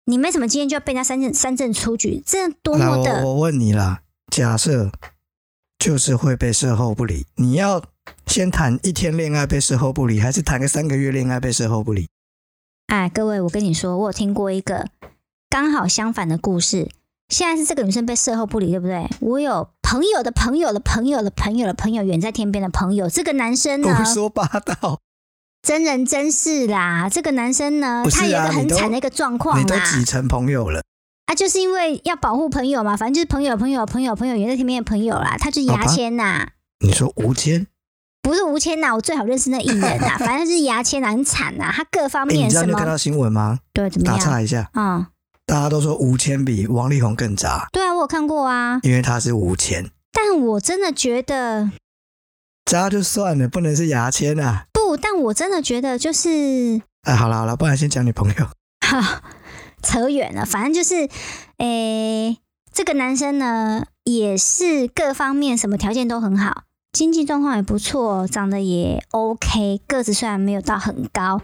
Speaker 2: 你没什么经验就要被人家三证三证出局，这多
Speaker 1: 来，
Speaker 2: 么
Speaker 1: 我
Speaker 2: 的
Speaker 1: 我问你啦，假设就是会被事后不理，你要先谈一天恋爱被事后不理，还是谈个三个月恋爱被事后不理？
Speaker 2: 哎，各位，我跟你说，我有听过一个刚好相反的故事。现在是这个女生被事后不理，对不对？我有朋友的朋友的朋友的朋友的朋友，远在天边的朋友。这个男生呢，
Speaker 1: 胡说八道，
Speaker 2: 真人真事啦。这个男生呢，
Speaker 1: 不是啊
Speaker 2: 他有一个很
Speaker 1: 你都
Speaker 2: 惨的一个状况啊
Speaker 1: 你都
Speaker 2: 啦。
Speaker 1: 几成朋友了？
Speaker 2: 啊，就是因为要保护朋友嘛，反正就是朋友、朋友、朋友、朋友，远在天边的朋友啦，他就是牙签呐、
Speaker 1: 你说无间？
Speaker 2: 不是吴谦呐，我最好认识那艺 人呐、反正就是牙签呐，很惨呐、他各方
Speaker 1: 哎，你
Speaker 2: 面
Speaker 1: 知道
Speaker 2: 什
Speaker 1: 你有看
Speaker 2: 么
Speaker 1: 到新闻吗？
Speaker 2: 对怎么
Speaker 1: 打
Speaker 2: 样？
Speaker 1: 岔一下，
Speaker 2: 嗯，
Speaker 1: 大家都说吴谦比王力宏更渣，
Speaker 2: 对啊，我有看过啊，
Speaker 1: 因为他是吴谦，
Speaker 2: 但我真的觉得
Speaker 1: 渣就算了，不能是牙签啊！
Speaker 2: 不，但我真的觉得就是
Speaker 1: 哎，好了好了，不然先讲你朋友。
Speaker 2: 哈，扯远了，反正就是，诶、这个男生呢也是各方面什么条件都很好，经济状况也不错，长得也 OK，个子虽然没有到很高，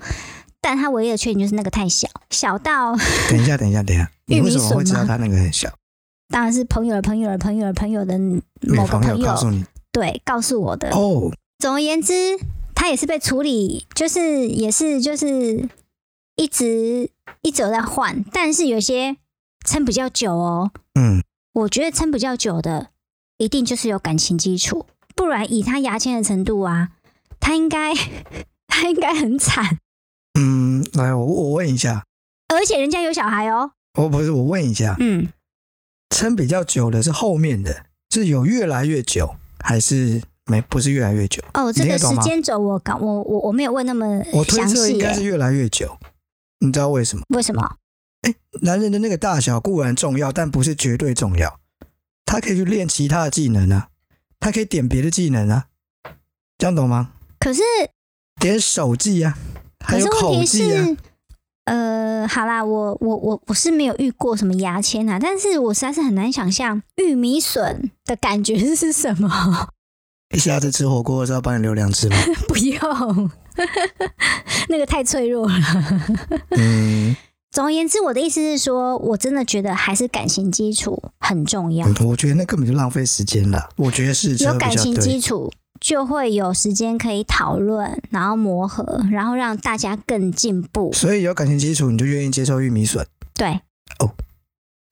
Speaker 2: 但他唯一的缺点就是那个太小，小到
Speaker 1: 等一下，等一下，等一下，
Speaker 2: 玉
Speaker 1: 你
Speaker 2: 米
Speaker 1: 为什么
Speaker 2: 笋
Speaker 1: 会知道
Speaker 2: 吗
Speaker 1: 他那个很小？
Speaker 2: 当然是朋友的朋友的朋友的朋友的
Speaker 1: 女
Speaker 2: 某个
Speaker 1: 朋
Speaker 2: 朋
Speaker 1: 友告诉
Speaker 2: 友
Speaker 1: 你
Speaker 2: 对告诉我的。
Speaker 1: 哦，
Speaker 2: 总而言之，他也是被处理，就是也是就是一直一直有在换，但是有些撑比较久哦。
Speaker 1: 嗯，
Speaker 2: 我觉得撑比较久的，一定就是有感情基础，不然以他牙签的程度啊，他应该他应该很惨。
Speaker 1: 嗯，来，我我问一下，
Speaker 2: 而且人家有小孩哦，
Speaker 1: 我不是我问一下，
Speaker 2: 嗯，
Speaker 1: 撑比较久的是后面的，是有越来越久，还是没不是越来越久？
Speaker 2: 哦，这
Speaker 1: 你也
Speaker 2: 个
Speaker 1: 懂
Speaker 2: 时
Speaker 1: 吗
Speaker 2: 间轴我搞我我我没有问那么
Speaker 1: 我推
Speaker 2: 哎详
Speaker 1: 测
Speaker 2: 细
Speaker 1: 应该
Speaker 2: 耶、
Speaker 1: 是越来越久，你知道为什么？
Speaker 2: 为什么？
Speaker 1: 男人的那个大小固然重要，但不是绝对重要。他可以去练其他的技能啊，他可以点别的技能啊，这样懂吗？
Speaker 2: 可是
Speaker 1: 点手技啊，还
Speaker 2: 可
Speaker 1: 有
Speaker 2: 是问
Speaker 1: 口
Speaker 2: 题
Speaker 1: 技啊，
Speaker 2: 是，呃，好啦，我我我我是没有遇过什么牙签啊，但是我实在是很难想象玉米笋的感觉是什么。
Speaker 1: 一下子吃火锅的时候帮你留两只吗？
Speaker 2: 不用， 那个太脆弱了。
Speaker 1: 嗯，
Speaker 2: 总而言之，我的意思是说，我真的觉得还是感情基础很重要。
Speaker 1: 我觉得那根本就浪费时间了。我觉得是
Speaker 2: 有
Speaker 1: 车嗯
Speaker 2: 感
Speaker 1: 比较
Speaker 2: 情基
Speaker 1: 对。
Speaker 2: 础，就会有时间可以讨论，然后磨合，然后让大家更进步。
Speaker 1: 所以有感情基础，你就愿意接受玉米笋，
Speaker 2: 对，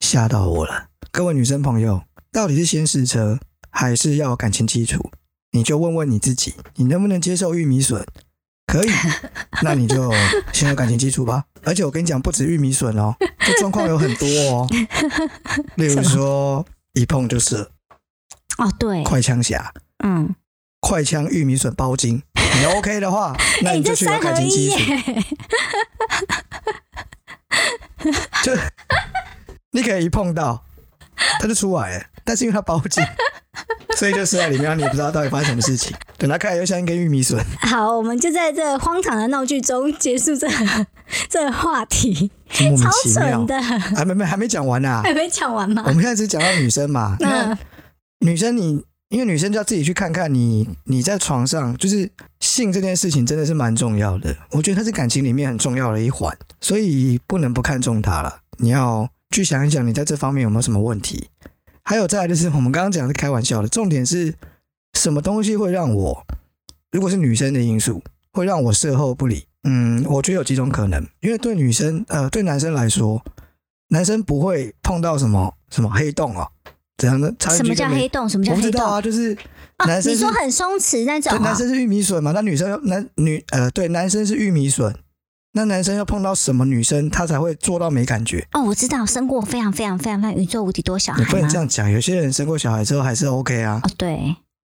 Speaker 1: 吓到我了。各位女生朋友，到底是先试车还是要有感情基础？你就问问你自己，你能不能接受玉米笋？可 以，那你就先有感情基础吧。而且我跟你讲，不止玉米笋哦，这状况有很多 哦。例如说，一碰就射，
Speaker 2: 哦，对，
Speaker 1: 快枪侠，
Speaker 2: 嗯，
Speaker 1: 快枪玉米笋包金，你 OK 的话，那
Speaker 2: 哎、
Speaker 1: 你
Speaker 2: 你
Speaker 1: 就
Speaker 2: 这
Speaker 1: 去有
Speaker 2: 三
Speaker 1: 感
Speaker 2: 合
Speaker 1: 情
Speaker 2: 一
Speaker 1: 基础。
Speaker 2: 耶，
Speaker 1: 就你可以一碰到，它就出来了，但是因为它包紧，所以就射在里面，然后你也不知道到底发生什么事情。等它开又像一根玉米笋，
Speaker 2: 好，我们就在这荒唐的闹剧中结束这这个话题，
Speaker 1: 莫名
Speaker 2: 超
Speaker 1: 其妙
Speaker 2: 蠢。的，
Speaker 1: 还没没还没讲完啊 呢、
Speaker 2: 还没讲完吗
Speaker 1: 我？们现在只讲到女生嘛，那
Speaker 2: 那
Speaker 1: 女生你因为女生就要自己去看看你你在床上就是性这件事情真的是蛮重要的，我觉得它是感情里面很重要的一环，所以不能不看重它了。你要去想一想你在这方面有没有什么问题。还有再来就是我们刚刚讲的是开玩笑的，重点是什么东西会让我，如果是女生的因素，会让我事后不理。嗯，我觉得有几种可能，因为对女生呃对男生来说，男生不会碰到什么什么黑洞哦，怎样的？插进
Speaker 2: 什
Speaker 1: 去就
Speaker 2: 么叫
Speaker 1: 没
Speaker 2: 黑洞？什么叫
Speaker 1: 我不
Speaker 2: 黑
Speaker 1: 知
Speaker 2: 洞哦
Speaker 1: 道？啊，就是男生
Speaker 2: 你
Speaker 1: 是、
Speaker 2: 说很松弛那种
Speaker 1: 对
Speaker 2: 啊、
Speaker 1: 男生是玉米笋嘛，那女生要男女呃对男生是玉米笋，那男生要碰到什么女生他才会做到没感觉？
Speaker 2: 哦，我知道，生过非常非常非常非常宇宙无敌多小孩
Speaker 1: 你不能
Speaker 2: 吗？
Speaker 1: 这样讲，有些人生过小孩之后还是 OK 啊，
Speaker 2: 哦，对，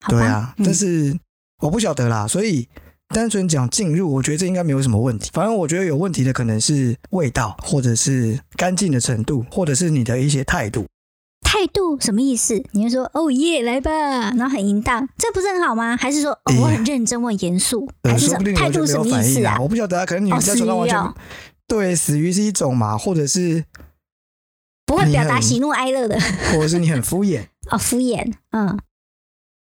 Speaker 2: 好吧
Speaker 1: 对啊，
Speaker 2: 嗯
Speaker 1: 但是我不晓得啦，所以。单纯讲进入，我觉得这应该没有什么问题。反正我觉得有问题的可能是味道，或者是干净的程度，或者是你的一些态度。
Speaker 2: 态度什么意思？你就说哦耶，来吧，然后很淫荡，这不是很好吗？还是说哦
Speaker 1: 哎呀，
Speaker 2: 我很认真，我很严肃，
Speaker 1: 呃
Speaker 2: 还哎是
Speaker 1: 说
Speaker 2: 什
Speaker 1: 不
Speaker 2: 么
Speaker 1: 定
Speaker 2: 态
Speaker 1: 我就
Speaker 2: 度
Speaker 1: 没
Speaker 2: 什
Speaker 1: 有
Speaker 2: 么
Speaker 1: 反
Speaker 2: 意
Speaker 1: 应
Speaker 2: 思
Speaker 1: 啊，
Speaker 2: 啊？
Speaker 1: 我不晓得啊，可能你
Speaker 2: 哦，
Speaker 1: 们在
Speaker 2: 私
Speaker 1: 床上完
Speaker 2: 欲
Speaker 1: 全、
Speaker 2: 哦，
Speaker 1: 对死鱼是一种嘛，或者是
Speaker 2: 不会
Speaker 1: 你
Speaker 2: 表达
Speaker 1: 很
Speaker 2: 喜怒哀乐的
Speaker 1: 或者是你很敷衍，
Speaker 2: 哦，敷衍，嗯，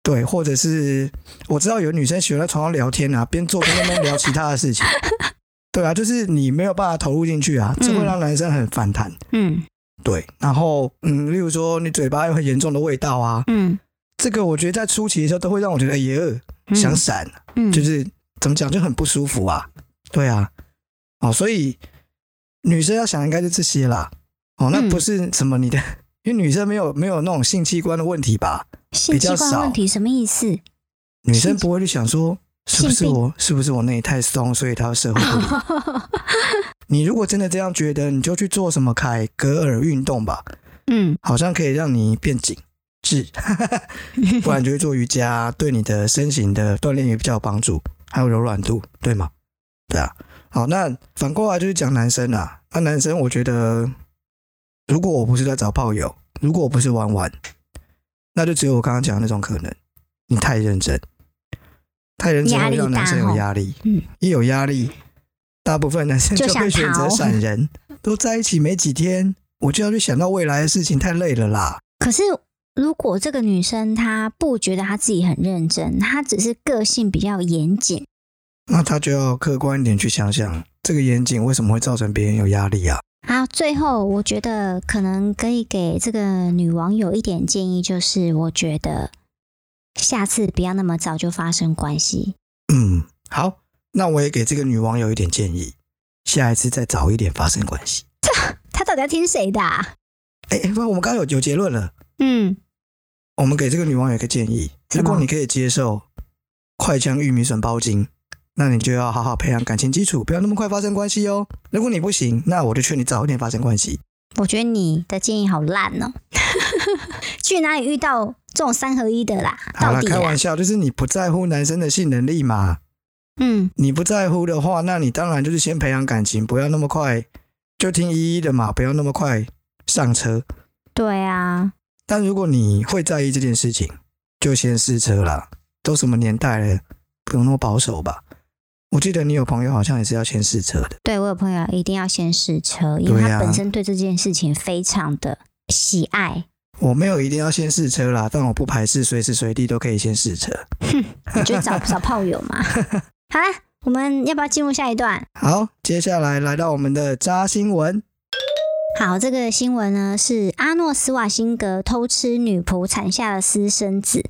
Speaker 1: 对，或者是我知道有女生喜欢在床上聊天啊，边做边在那边聊其他的 事情，对啊，就是你没有办法投入进去啊，这会
Speaker 2: 嗯
Speaker 1: 让男生很反弹。
Speaker 2: 嗯
Speaker 1: 对，然后嗯，例如说你嘴巴有很严重的味道啊，
Speaker 2: 嗯
Speaker 1: 这个我觉得在初期的时候都会让我觉得哎耶、
Speaker 2: 嗯，
Speaker 1: 想闪，
Speaker 2: 嗯
Speaker 1: 就是怎么讲就很不舒服啊。对啊，哦，所以女生要想应该是这些啦。哦，那
Speaker 2: 嗯
Speaker 1: 不是什么你的， 因为女生没有没有那种性器官的问题吧？
Speaker 2: 性
Speaker 1: 比较
Speaker 2: 器官
Speaker 1: 少
Speaker 2: 问题什么意思？
Speaker 1: 女生不会去想说是不是
Speaker 2: 性病
Speaker 1: 我是不是我那里太松，所以她社会 不理。你如果真的这样觉得，你就去做什么凯格尔运动吧，
Speaker 2: 嗯，
Speaker 1: 好像可以让你变紧 致，不然就去做瑜伽，对你的身形的锻炼也比较有帮助，还有柔软度，对吗？对啊。好，那反过来就是讲男生啦。那男生，我觉得如果我不是在找炮友，如果我不是玩玩，那就只有我刚刚讲的那种可能，你太认真，太认真
Speaker 2: 压
Speaker 1: 会
Speaker 2: 力
Speaker 1: 让男
Speaker 2: 大
Speaker 1: 生有
Speaker 2: 吼
Speaker 1: 压力，
Speaker 2: 嗯，
Speaker 1: 一有压力，大部分男生
Speaker 2: 就
Speaker 1: 就
Speaker 2: 想
Speaker 1: 会选择
Speaker 2: 逃
Speaker 1: 闪人。 都在一起没几天，我就要去想到未来的事情，太累了啦。
Speaker 2: 可是如果这个女生她不觉得她自己很认真，她只是个性比较严谨，
Speaker 1: 那他就要客观一点去想想，这个严谨为什么会造成别人有压力啊？
Speaker 2: 好，最后我觉得可能可以给这个女网友一点建议，就是我觉得下次不要那么早就发生关系。
Speaker 1: 嗯，好，那我也给这个女网友一点建议，下一次再早一点发生关系。
Speaker 2: 她到底要听谁的、啊？
Speaker 1: 哎、哎不，我们刚刚有有结论了。
Speaker 2: 嗯，
Speaker 1: 我们给这个女网友一个建议：
Speaker 2: 什
Speaker 1: 如
Speaker 2: 么
Speaker 1: 果你可以接受快枪玉米笋包茎，那你就要好好培养感情基础，不要那么快发生关系哦。如果你不行，那我就劝你早一点发生关系。
Speaker 2: 我觉得你的建议好烂哦， 去哪里遇到这种三合一的啦？
Speaker 1: 好
Speaker 2: 到
Speaker 1: 了，
Speaker 2: 底啊
Speaker 1: 开
Speaker 2: 啦
Speaker 1: 玩笑，就是你不在乎男生的性能力嘛。
Speaker 2: 嗯，
Speaker 1: 你不在乎的话，那你当然就是先培养感情，不要那么快，就听依依的嘛，不要那么快上车。
Speaker 2: 对啊，
Speaker 1: 但如果你会在意这件事情，就先试车啦。都什么年代了，不用那么保守吧？我记得你有朋友好像也是要先试车的。
Speaker 2: 对我有朋友一定要先试车，因
Speaker 1: 对
Speaker 2: 为他
Speaker 1: 啊
Speaker 2: 本身对这件事情非常的喜爱。
Speaker 1: 我没有一定要先试车啦，但我不排斥随时随地都可以先试车。
Speaker 2: 你 就找找炮友嘛。好啦，我们要不要进入下一段？
Speaker 1: 好，接下来来到我们的扎新闻，
Speaker 2: 好，这个新闻呢是阿诺斯瓦辛格偷吃女仆产下的私生子，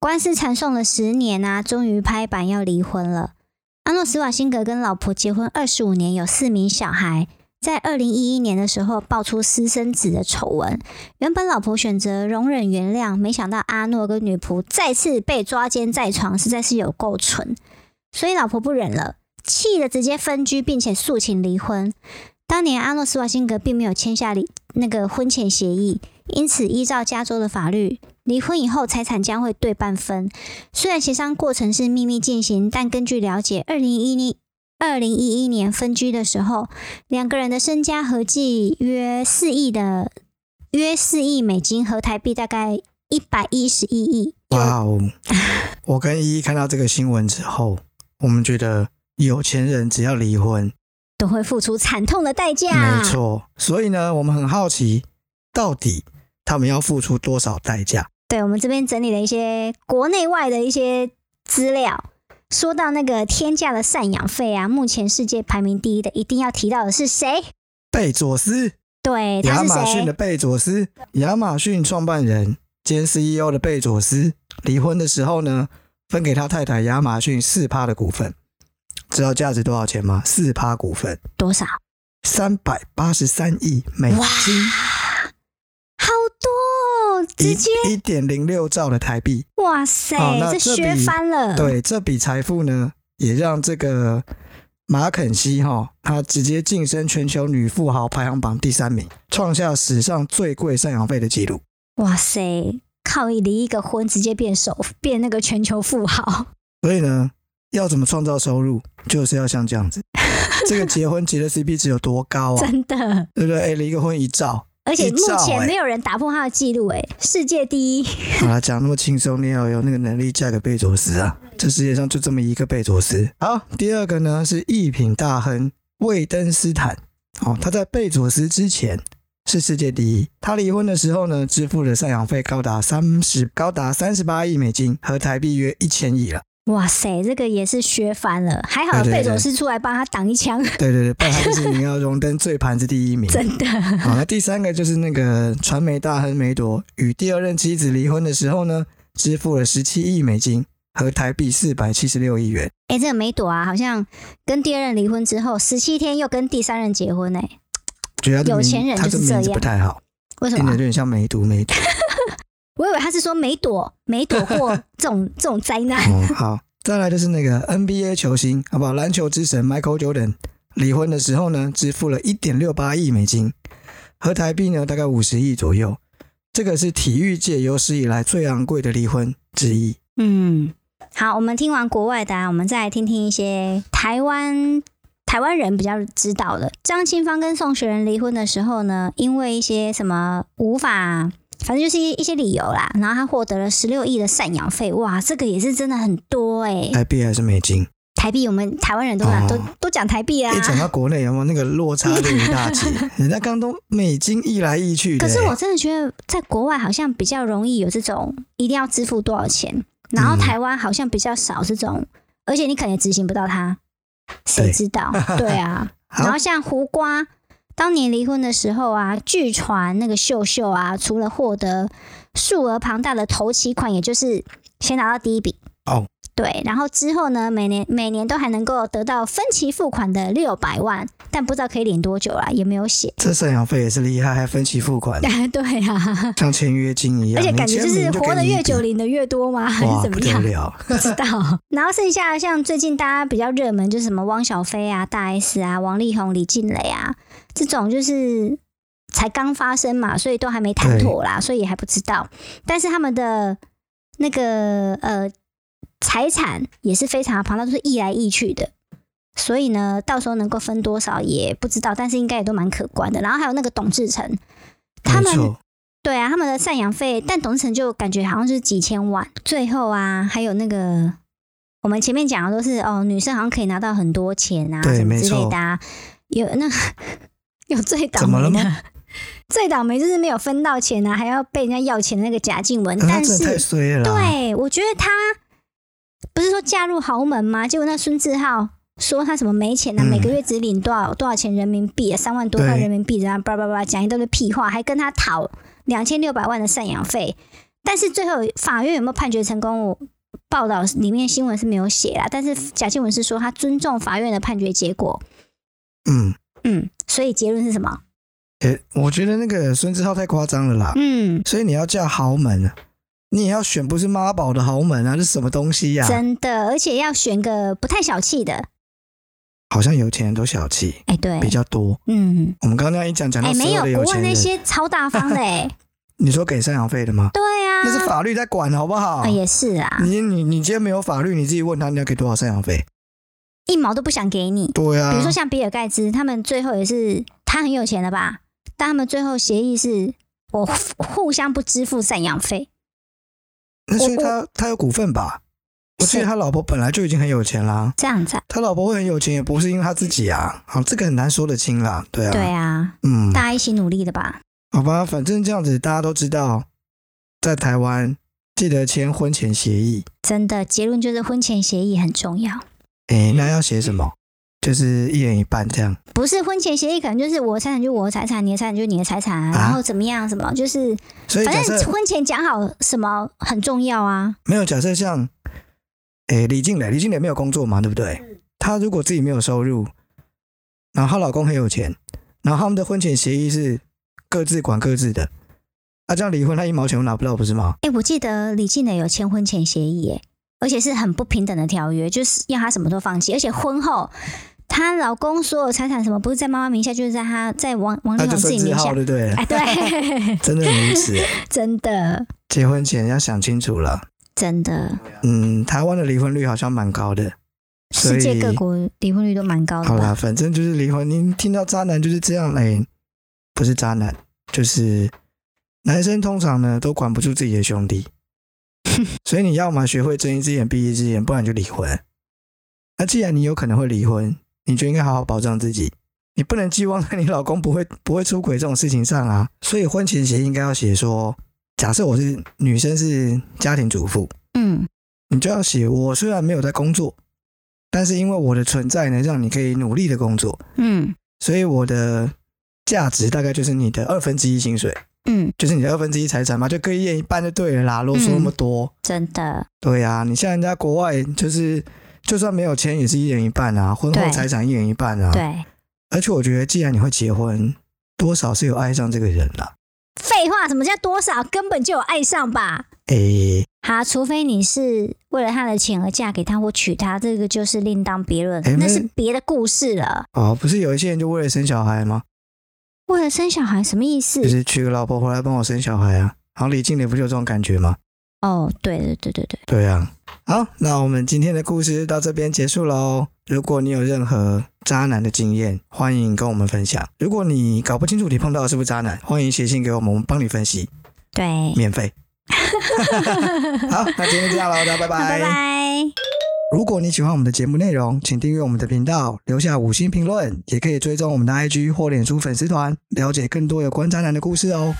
Speaker 2: 官司缠讼了十年啊，终于拍板要离婚了。阿诺斯瓦辛格跟老婆结婚二十五年，有四名小孩。在二零一一年的时候，爆出私生子的丑闻。原本老婆选择容忍原谅，没想到阿诺跟女仆再次被抓奸在床，实在是有够蠢。所以老婆不忍了，气得直接分居，并且诉请离婚。当年阿诺斯瓦辛格并没有签下离那个婚前协议，因此依照加州的法律，离婚以后财产将会对半分。虽然协商过程是秘密进行，但根据了解，二零一零二零一一年分居的时候，两个人的身家合计约四亿的约四亿美金，合台币大概一百一十一亿。
Speaker 1: 哇 哦！我跟依依看到这个新闻之后，我们觉得有钱人只要离婚，
Speaker 2: 都会付出惨痛的代价。
Speaker 1: 没错，所以呢，我们很好奇，到底他们要付出多少代价？
Speaker 2: 对，我们这边整理了一些国内外的一些资料。说到那个天价的赡养费啊，目前世界排名第一的，一定要提到的是谁？
Speaker 1: 贝佐斯，
Speaker 2: 对，
Speaker 1: 亚
Speaker 2: 他是
Speaker 1: 马逊的
Speaker 2: 谁？
Speaker 1: 贝佐斯，亚马逊创办人兼 CEO 的贝佐斯，离婚的时候呢，分给他太太亚马逊四趴的股份，知道价值多少钱吗？四趴股份，
Speaker 2: 多少？
Speaker 1: 三百八十三亿美
Speaker 2: 哇
Speaker 1: 金，
Speaker 2: 好多、哦，直接
Speaker 1: 一一点零六兆的台币。
Speaker 2: 哇塞，
Speaker 1: 好哦那这
Speaker 2: 削
Speaker 1: 笔
Speaker 2: 翻了。
Speaker 1: 对，这笔财富呢，也让这个马肯西哈，她直接晋升全球女富豪排行榜第三名，创下史上最贵赡养费的记录。
Speaker 2: 哇塞，靠一离一个婚，直接变首变那个全球富豪。
Speaker 1: 所以呢，要怎么创造收入，就是要像这样 子。这个结婚结的 CP 值有多高啊？
Speaker 2: 真的，
Speaker 1: 对不对？哎，离个婚一兆，
Speaker 2: 而且
Speaker 1: 一
Speaker 2: 目
Speaker 1: 兆
Speaker 2: 前
Speaker 1: 哎
Speaker 2: 没有人打破他的记录，哎，世界第一。
Speaker 1: 好啦，讲那么轻松，你也要有那个能力嫁给贝佐斯啊！这世界上就这么一个贝佐斯。好，第二个呢是艺品大亨魏登斯坦。哦，他在贝佐斯之前是世界第一。他离婚的时候呢，支付的赡养费高达三十高达三十八亿美金，合台币约一千亿了。
Speaker 2: 哇塞，这个也是削翻了，还好
Speaker 1: 对对
Speaker 2: 贝佐
Speaker 1: 对
Speaker 2: 斯出来帮他挡一枪，
Speaker 1: 对对对，不然他就是你要荣登最盘是第一名。
Speaker 2: 真的。
Speaker 1: 好，那第三个就是那个传媒大亨梅朵与第二任妻子离婚的时候呢，支付了十七亿美金，合台币四百七十六亿元。
Speaker 2: 哎、这个梅朵啊，好像跟第二任离婚之后，十七天又跟第三任结婚哎、
Speaker 1: 觉得他的
Speaker 2: 有
Speaker 1: 名
Speaker 2: 钱人
Speaker 1: 他
Speaker 2: 就
Speaker 1: 这
Speaker 2: 是
Speaker 1: 名
Speaker 2: 这
Speaker 1: 字
Speaker 2: 样
Speaker 1: 不太好，
Speaker 2: 为什
Speaker 1: 听起来
Speaker 2: 么
Speaker 1: 有？点像梅毒梅 毒。
Speaker 2: 我以为他是说梅朵没躲过这种这种灾难。
Speaker 1: 哦，好，再来就是那个 NBA 球星，好不好？篮球之神 Michael Jordan 离婚的时候呢，支付了一点六八亿美金，合台币呢大概五十亿左右。这个是体育界有史以来最昂贵的离婚之一。
Speaker 2: 嗯，好，我们听完国外的、啊，我们再来听听一些台湾台湾人比较知道的。张清芳跟宋雪人离婚的时候呢，因为一些什么无法。反正就是一一些理由啦，然后他获得了十六亿的赡养费，哇，这个也是真的很多哎、
Speaker 1: 台币还是美金？
Speaker 2: 台币，我们台湾人都讲、
Speaker 1: 哦
Speaker 2: 都都讲台币啊
Speaker 1: 一。讲到国内，有没有那个落差就一大 截？人家刚都美金一来一去的、
Speaker 2: 可
Speaker 1: 欸。
Speaker 2: 是我真的觉得，在国外好像比较容易有这种一定要支付多少钱，然后
Speaker 1: 嗯
Speaker 2: 台湾好像比较少这种，而且你可能也执行不到它，谁
Speaker 1: 对
Speaker 2: 知道？对啊。
Speaker 1: 好
Speaker 2: 然后像胡瓜，当年离婚的时候啊，据传那个秀秀啊，除了获得数额庞大的头期款，也就是先拿到第一笔
Speaker 1: 哦，
Speaker 2: 对，然后之后呢，每年每年都还能够得到分期付款的六百万，但不知道可以领多久啦，也没有写。
Speaker 1: 这赡养费也是厉害，还分期付款，
Speaker 2: 对啊，
Speaker 1: 像签约金一样。
Speaker 2: 而且感觉
Speaker 1: 你签
Speaker 2: 是
Speaker 1: 名就
Speaker 2: 活
Speaker 1: 给
Speaker 2: 得
Speaker 1: 你一
Speaker 2: 越久
Speaker 1: 笔，
Speaker 2: 领的越 多吗？还
Speaker 1: 哇，
Speaker 2: 是怎
Speaker 1: 不
Speaker 2: 么
Speaker 1: 得
Speaker 2: 样？
Speaker 1: 了！
Speaker 2: 不知道。 然后剩下像最近大家比较热门就是什么汪小菲啊、大 S 啊、王力宏、李静蕾啊这种，就是才刚发生嘛，所以都还没谈妥啦，所以也还不知道。但是他们的那个呃财产也是非常庞大，都是溢来溢去的。所以呢，到时候能够分多少也不知道，但是应该也都蛮可观的。然后还有那个董志成，他
Speaker 1: 没
Speaker 2: 们
Speaker 1: 错，
Speaker 2: 对啊，他们的赡养费，但董事成就感觉好像是几千万。最后啊，还有那个我们前面讲的都是哦，女生好像可以拿到很多钱啊，
Speaker 1: 对
Speaker 2: 什么
Speaker 1: 没
Speaker 2: 之类
Speaker 1: 错
Speaker 2: 的啊。有那 有最倒
Speaker 1: 怎么
Speaker 2: 霉
Speaker 1: 了
Speaker 2: 的
Speaker 1: 吗，
Speaker 2: 最倒霉就是没有分到钱啊，还要被人家要钱的那个贾静雯。
Speaker 1: 可他
Speaker 2: 但
Speaker 1: 真的啊太
Speaker 2: 是，
Speaker 1: 衰了啊啦。
Speaker 2: 对我觉得她不是说嫁入豪门吗？结果那孙志浩。说他什么没钱啊，
Speaker 1: 嗯
Speaker 2: 每个月只领多少多少钱人民币啊，三万多块
Speaker 1: 对
Speaker 2: 人民币，然后叭叭叭讲一大堆屁话，还跟他讨两千六百万的赡养费。但是最后法院有没有判决成功？我报道里面新闻是没有写啦，但是贾静雯是说她尊重法院的判决结果。
Speaker 1: 嗯，
Speaker 2: 嗯，所以结论是什么？
Speaker 1: 诶、我觉得那个孙志浩太夸张了啦。
Speaker 2: 嗯，
Speaker 1: 所以你要嫁豪门，你也要选不是妈宝的豪门啊，这是什么东西呀、
Speaker 2: 真的，而且要选个不太小气的。
Speaker 1: 好像有钱人都小气
Speaker 2: 哎、对
Speaker 1: 比，较多。
Speaker 2: 嗯，
Speaker 1: 我们刚刚那样一讲，讲
Speaker 2: 哎、
Speaker 1: 到所
Speaker 2: 没
Speaker 1: 的有
Speaker 2: 国外
Speaker 1: 钱
Speaker 2: 那
Speaker 1: 人，
Speaker 2: 些超大方的 哎、
Speaker 1: 你说给赡养费的吗？
Speaker 2: 对啊，
Speaker 1: 那是嗯法律在管，好不好？
Speaker 2: 啊也是啊，
Speaker 1: 你你你今天没有法律，你自己问他你要给多少赡养费？
Speaker 2: 一毛都不想给你。
Speaker 1: 对啊，
Speaker 2: 比如说像比尔盖茨，他们最后也是他很有钱了吧？但他们最后协议是我互相不支付赡养费，
Speaker 1: 那所以
Speaker 2: 我
Speaker 1: 他他有股份吧？我记
Speaker 2: 是
Speaker 1: 得他老婆本来就已经很有钱啦，
Speaker 2: 这样子、啊。
Speaker 1: 他老婆会很有钱也不是因为他自己啊，好，这个很难说得清啦，对啊，
Speaker 2: 对啊，
Speaker 1: 嗯，
Speaker 2: 大家一起努力的吧。
Speaker 1: 好吧，反正这样子大家都知道，在台湾记得签婚前协议，
Speaker 2: 真的，结论就是婚前协议很重要。
Speaker 1: 诶、那要写什么？就是一人一半这样，
Speaker 2: 不是婚前协议，可能就是我的财产就我的财产，你的财产就你的财产，啊然后怎么样什么，就是
Speaker 1: 啊所以
Speaker 2: 反
Speaker 1: 假
Speaker 2: 正
Speaker 1: 设
Speaker 2: 婚前讲好什么很重要啊。
Speaker 1: 没有假设像，诶、李静蕾，李静蕾没有工作嘛，对不对？
Speaker 2: 嗯
Speaker 1: 她如果自己没有收入，然后她老公很有钱，然后他们的婚前协议是各自管各自的，啊，这样离婚她一毛钱都拿不到，不是吗？
Speaker 2: 哎、我记得李静蕾有签婚前协议，哎，而且是很不平等的条约，就是要她什么都放弃，而且婚后她老公所有财产什么不是在妈妈名下，就是在她在王王
Speaker 1: 那
Speaker 2: 力
Speaker 1: 就
Speaker 2: 宏自
Speaker 1: 孙
Speaker 2: 己
Speaker 1: 志
Speaker 2: 名
Speaker 1: 浩
Speaker 2: 下。
Speaker 1: 对不对？
Speaker 2: 哎，对，
Speaker 1: 真的很无 耻。
Speaker 2: 真的
Speaker 1: 结婚前要想清楚了。
Speaker 2: 真的，
Speaker 1: 嗯，台湾的离婚率好像蛮高的。所以
Speaker 2: 世界各国离婚率都蛮高的
Speaker 1: 好啦，
Speaker 2: 吧？
Speaker 1: 反正就是离婚。您听到渣男就是这样，哎、不是渣男，就是男生通常呢都管不住自己的兄 弟，所以你要么学会睁一只眼闭一只眼，不然就离婚。那既然你有可能会离婚，你就应该好好保障自己，你不能寄望在你老公不会不会出轨这种事情上啊。所以婚前协议应该要写说，假设我是女生是家庭主妇，
Speaker 2: 嗯，
Speaker 1: 你就要写我虽然没有在工作，但是因为我的存在呢，让你可以努力的工作，
Speaker 2: 嗯
Speaker 1: 所以我的价值大概就是你的二分之一薪水，
Speaker 2: 嗯，
Speaker 1: 就是你的二分之一财产嘛，就各一人一半就对了啦，啰嗦那么多。
Speaker 2: 真的，
Speaker 1: 对呀、啊，你像人家国外就是。就算没有钱，也是一人一半啊，婚后
Speaker 2: 对
Speaker 1: 财产一人一半啊。
Speaker 2: 对。
Speaker 1: 而且我觉得，既然你会结婚，多少是有爱上这个人啦。
Speaker 2: 废话，什么叫多少？根本就有爱上吧？
Speaker 1: 诶、
Speaker 2: 好，除非你是为了他的钱而嫁给他或娶他，这个就是另当别论，
Speaker 1: 哎
Speaker 2: 那
Speaker 1: 那
Speaker 2: 是别的故事了。
Speaker 1: 哦，不是有一些人就为了生小孩吗？
Speaker 2: 为了生小孩什么意
Speaker 1: 就
Speaker 2: 思？
Speaker 1: 是娶个老婆回来帮我生小孩啊。然后李静蕾不就有这种感觉吗？
Speaker 2: 哦，对对对对对，
Speaker 1: 对啊，好，那我们今天的故事到这边结束喽。如果你有任何渣男的经验，欢迎跟我们分享。如果你搞不清楚你碰到的是不是渣男，欢迎写信给我们，我们帮你分析，
Speaker 2: 对，
Speaker 1: 免费。好，那今天就这样喽，大家拜
Speaker 2: 好，拜拜。
Speaker 1: 如果你喜欢我们的节目内容，请订阅我们的频道，留下五星评论，也可以追踪我们的 IG 或脸书粉丝团，了解更多有关渣男的故事哦。